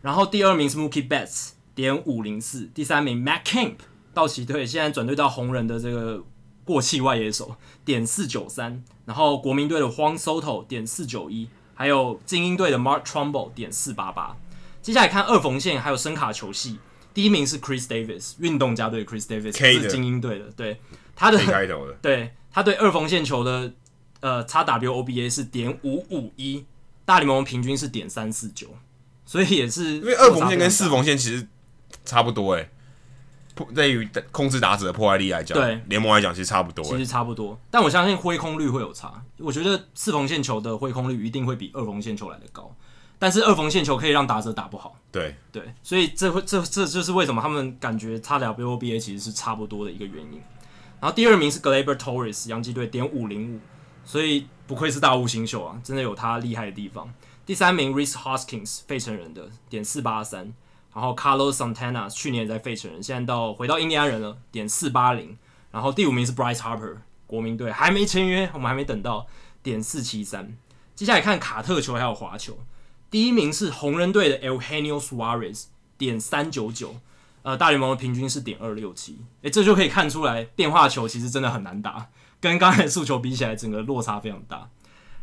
S2: 然后第二名是 Mookie Betts 点五零四，第三名 Matt Kemp 道奇队现在转队到红人的这个过气外野手点四九三，然后国民队的 Juan Soto 点四九一，还有精英队的 Mark Trumbo 点四八八。接下来看二缝线还有声卡球系，第一名是 Chris Davis，运动家队 Chris Davis
S1: K 的
S2: 是精英队的，对他的
S1: 可以开头的
S2: 对他对二缝线球的呃 XWOBA 是点五五一，大联盟平均是点三四九，所以也是因
S1: 因为二缝线跟四缝线其实差不多诶、破在于控制打者的破坏力来讲，
S2: 对
S1: 联盟来讲其实差不多、
S2: 其
S1: 欸。
S2: 实差不多，但我相信挥空率会有差。我觉得四缝线球的挥空率一定会比二缝线球来的高，但是二缝线球可以让打者打不好，
S1: 对，
S2: 对，所以这会这这就是为什么他们感觉 XWBA 其实是差不多的一个原因。然后第二名是 Glaber Torres，洋基队点五零五，所以不愧是大物新秀啊，真的有他厉害的地方。第三名 Reese Hoskins，费城人的点四八三，然后 Carlos Santana 去年也在费城人，现在到回到印第安人了，点四八零。然后第五名是 Bryce Harper，国民队还没签约，我们还没等到，点四七三。接下来看卡特球还有滑球，第一名是红人队的 Eugenio Suarez，点三九九，呃，大联盟的平均是点二六七，诶，这就可以看出来变化球其实真的很难打，跟刚才的速球比起来，整个落差非常大。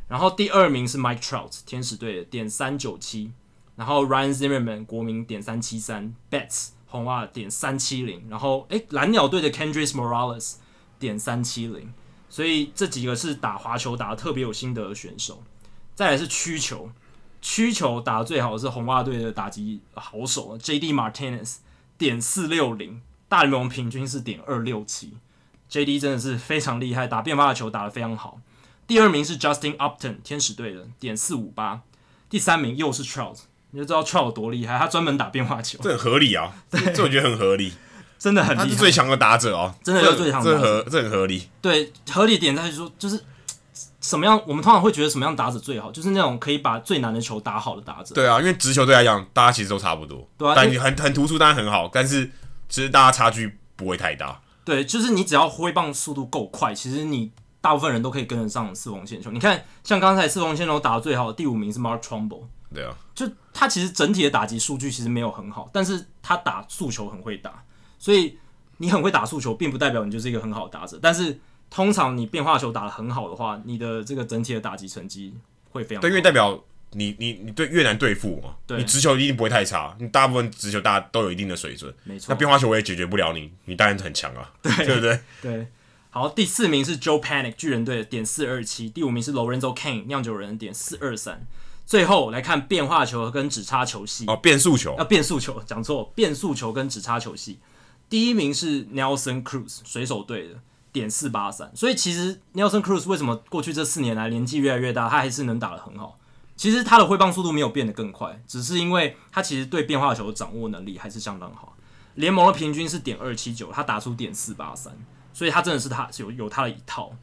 S2: 然后第二名是 Mike Trout，天使队的点三九七，然后 Ryan Zimmerman 国民点三七三，Betts 红袜点三七零，然后诶，蓝鸟队的 Kendrys Morales 点三七零，所以这几个是打滑球打得特别有心得的选手。再来是曲球，曲球打得最好的是红袜队的打击好手 J.D. Martinez 点四六零，大联盟平均是点二六七，J.D. 真的是非常厉害，打变化球打得非常好。第二名是 Justin Upton 天使队的点四五八，第三名又是 Trout，你就知道 Trout 有多厉害，他专门打变化球，
S1: 这很合理啊，这这我觉得很合理。
S2: 真的很
S1: 他
S2: 厉
S1: 是
S2: 害。
S1: 最强的打者哦，
S2: 真的就是最强的
S1: 这
S2: 打者
S1: 合这很合理。
S2: 对，合理点在于说，就是什么样，我们通常会觉得什么样打者最好，就是那种可以把最难的球打好的打者。
S1: 对啊，因为直球队来讲，大家其实都差不多，
S2: 对啊
S1: 但
S2: 因为
S1: 很很突出，当然很好，但是其实大家差距不会太大。
S2: 对，就是你只要挥棒速度够快，其实你大部分人都可以跟得上四缝线球。你看，像刚才四缝线球打的最好的第五名是 Mark Trumbo，
S1: 对啊，
S2: 就他其实整体的打击数据其实没有很好，但是他打速球很会打，所以你很会打速球，并不代表你就是一个很好的打者。但是通常你变化球打得很好的话，你的这个整体的打击成绩会非常
S1: 对，因为
S2: 好
S1: 代表你你你对越南对付嘛，
S2: 对
S1: 你直球一定不会太差，你大部分直球大家都有一定的水准，
S2: 没错
S1: 那变化球我也解决不了你，你当然很强啊，对不对？
S2: 对，好，第四名是 Joe Panic 巨人队的点四二七，第五名是 Lorenzo Kane 酿酒人的点四二三。最后来看变化球跟指叉球系，
S1: 哦，变速球
S2: 啊，变速球讲错，变速球跟指叉球系。第一名是 Nelson Cruz 水手队的点四八三，所以其实 Nelson Cruz 为什么过去这四年来年纪越来越大，他还是能打得很好。其实他的挥棒速度没有变得更快，只是因为他其实对变化球的掌握能力还是相当好。联盟的平均是点二七九，他打出点四八三，所以他真的是他有有他的一套。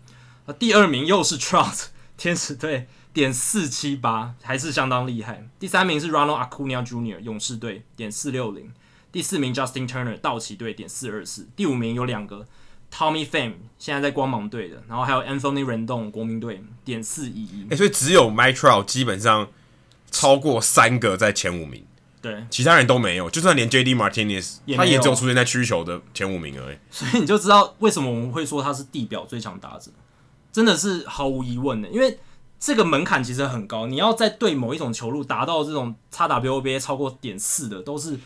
S2: 呃，第二名又是 Trout 天使队点四七八，还是相当厉害。第三名是 Ronald Acuna Jr. 勇士队点四六零，第四名 Justin Turner 道奇队点四二四，第五名有两个 Tommy Pham 现在在光芒队的，然后还有 Anthony Rendon 国民队点四一一
S1: 哎、，所以只有 m i t r o 基本上超过三个在前五名，
S2: 对，
S1: 其他人都没有，就算连 J.D. Martinez
S2: 也没
S1: 他
S2: 有
S1: 也只有出现在需球的前五名而已。
S2: 所以你就知道为什么我们会说他是地表最强打者，真的是毫无疑问的，因为这个门槛其实很高，你要在对某一种球路达到这种 XWBA 超过点四的，都是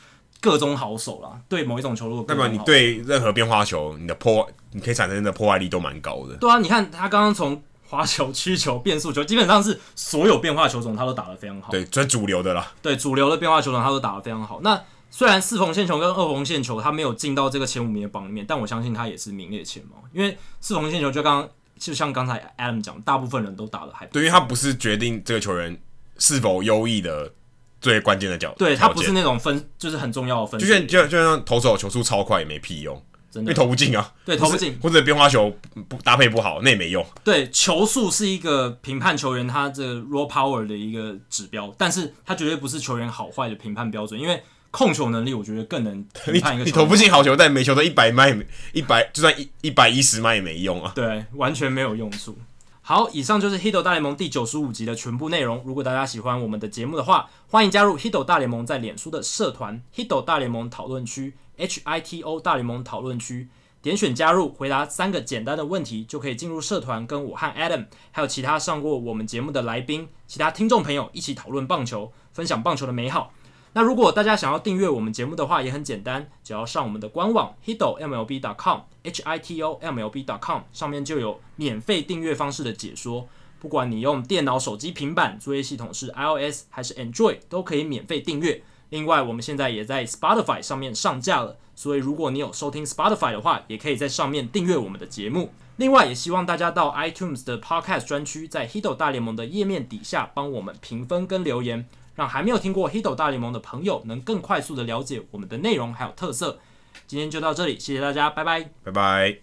S2: 各中好手啦。对某一种球路
S1: 代
S2: 的各中
S1: 表
S2: 好
S1: 你
S2: 手
S1: 对任何变化球，你的破你可以产生的破坏力都蛮高的。
S2: 对啊，你看他刚刚从滑球、曲球、变速球，基本上是所有变化球种他都打得非常好。
S1: 对，最主流的啦。
S2: 对主流的变化球种，他都打得非常好。那虽然四缝线球跟二缝线球他没有进到这个前五名的榜里面，但我相信他也是名列前茅，因为四缝线球就刚就像刚才 Adam 讲，大部分人都打得还不
S1: 对，因为他不是决定这个球员是否优异的最关键的角，
S2: 对他
S1: 条
S2: 不是
S1: 件。
S2: 那种分就是很重要的分
S1: 就
S2: 数，
S1: 像就像就像投手球速超快也没屁用，
S2: 真
S1: 因
S2: 的
S1: 为投不进啊，
S2: 对
S1: 或是
S2: 投不进
S1: 或者变化球不不搭配不好，那也没用。
S2: 对，球速是一个评判球员他这个 raw power 的一个指标，但是他绝对不是球员好坏的评判标准，因为控球能力我觉得更能评
S1: 你
S2: 判一个
S1: 你
S2: 球
S1: 投
S2: 员。
S1: 不进好球，但每球都一百迈也没，一百就算一一百一十迈也没用啊。
S2: 对，完全没有用处。好，以上就是《Hito 大联盟》第九十五集的全部内容。如果大家喜欢我们的节目的话，欢迎加入《Hito 大联盟》在脸书的社团 “Hito 大联盟讨论区 ”（H I T O 大联盟讨论区），点选加入，回答三个简单的问题，就可以进入社团，跟我和 Adam 还有其他上过我们节目的来宾、其他听众朋友一起讨论棒球，分享棒球的美好。那如果大家想要订阅我们节目的话，也很简单，只要上我们的官网 hito mlb com h i t o mlb com 上面就有免费订阅方式的解说。不管你用电脑、手机、平板，作业系统是 iOS 还是 Android，都可以免费订阅。另外，我们现在也在 Spotify 上面上架了，所以如果你有收听 Spotify 的话，也可以在上面订阅我们的节目。另外，也希望大家到 iTunes 的 Podcast 专区，在 Hito 大联盟的页面底下帮我们评分跟留言，让还没有听过 Hito 大联盟的朋友能更快速的了解我们的内容还有特色。今天就到这里，谢谢大家，拜拜。
S1: 拜拜。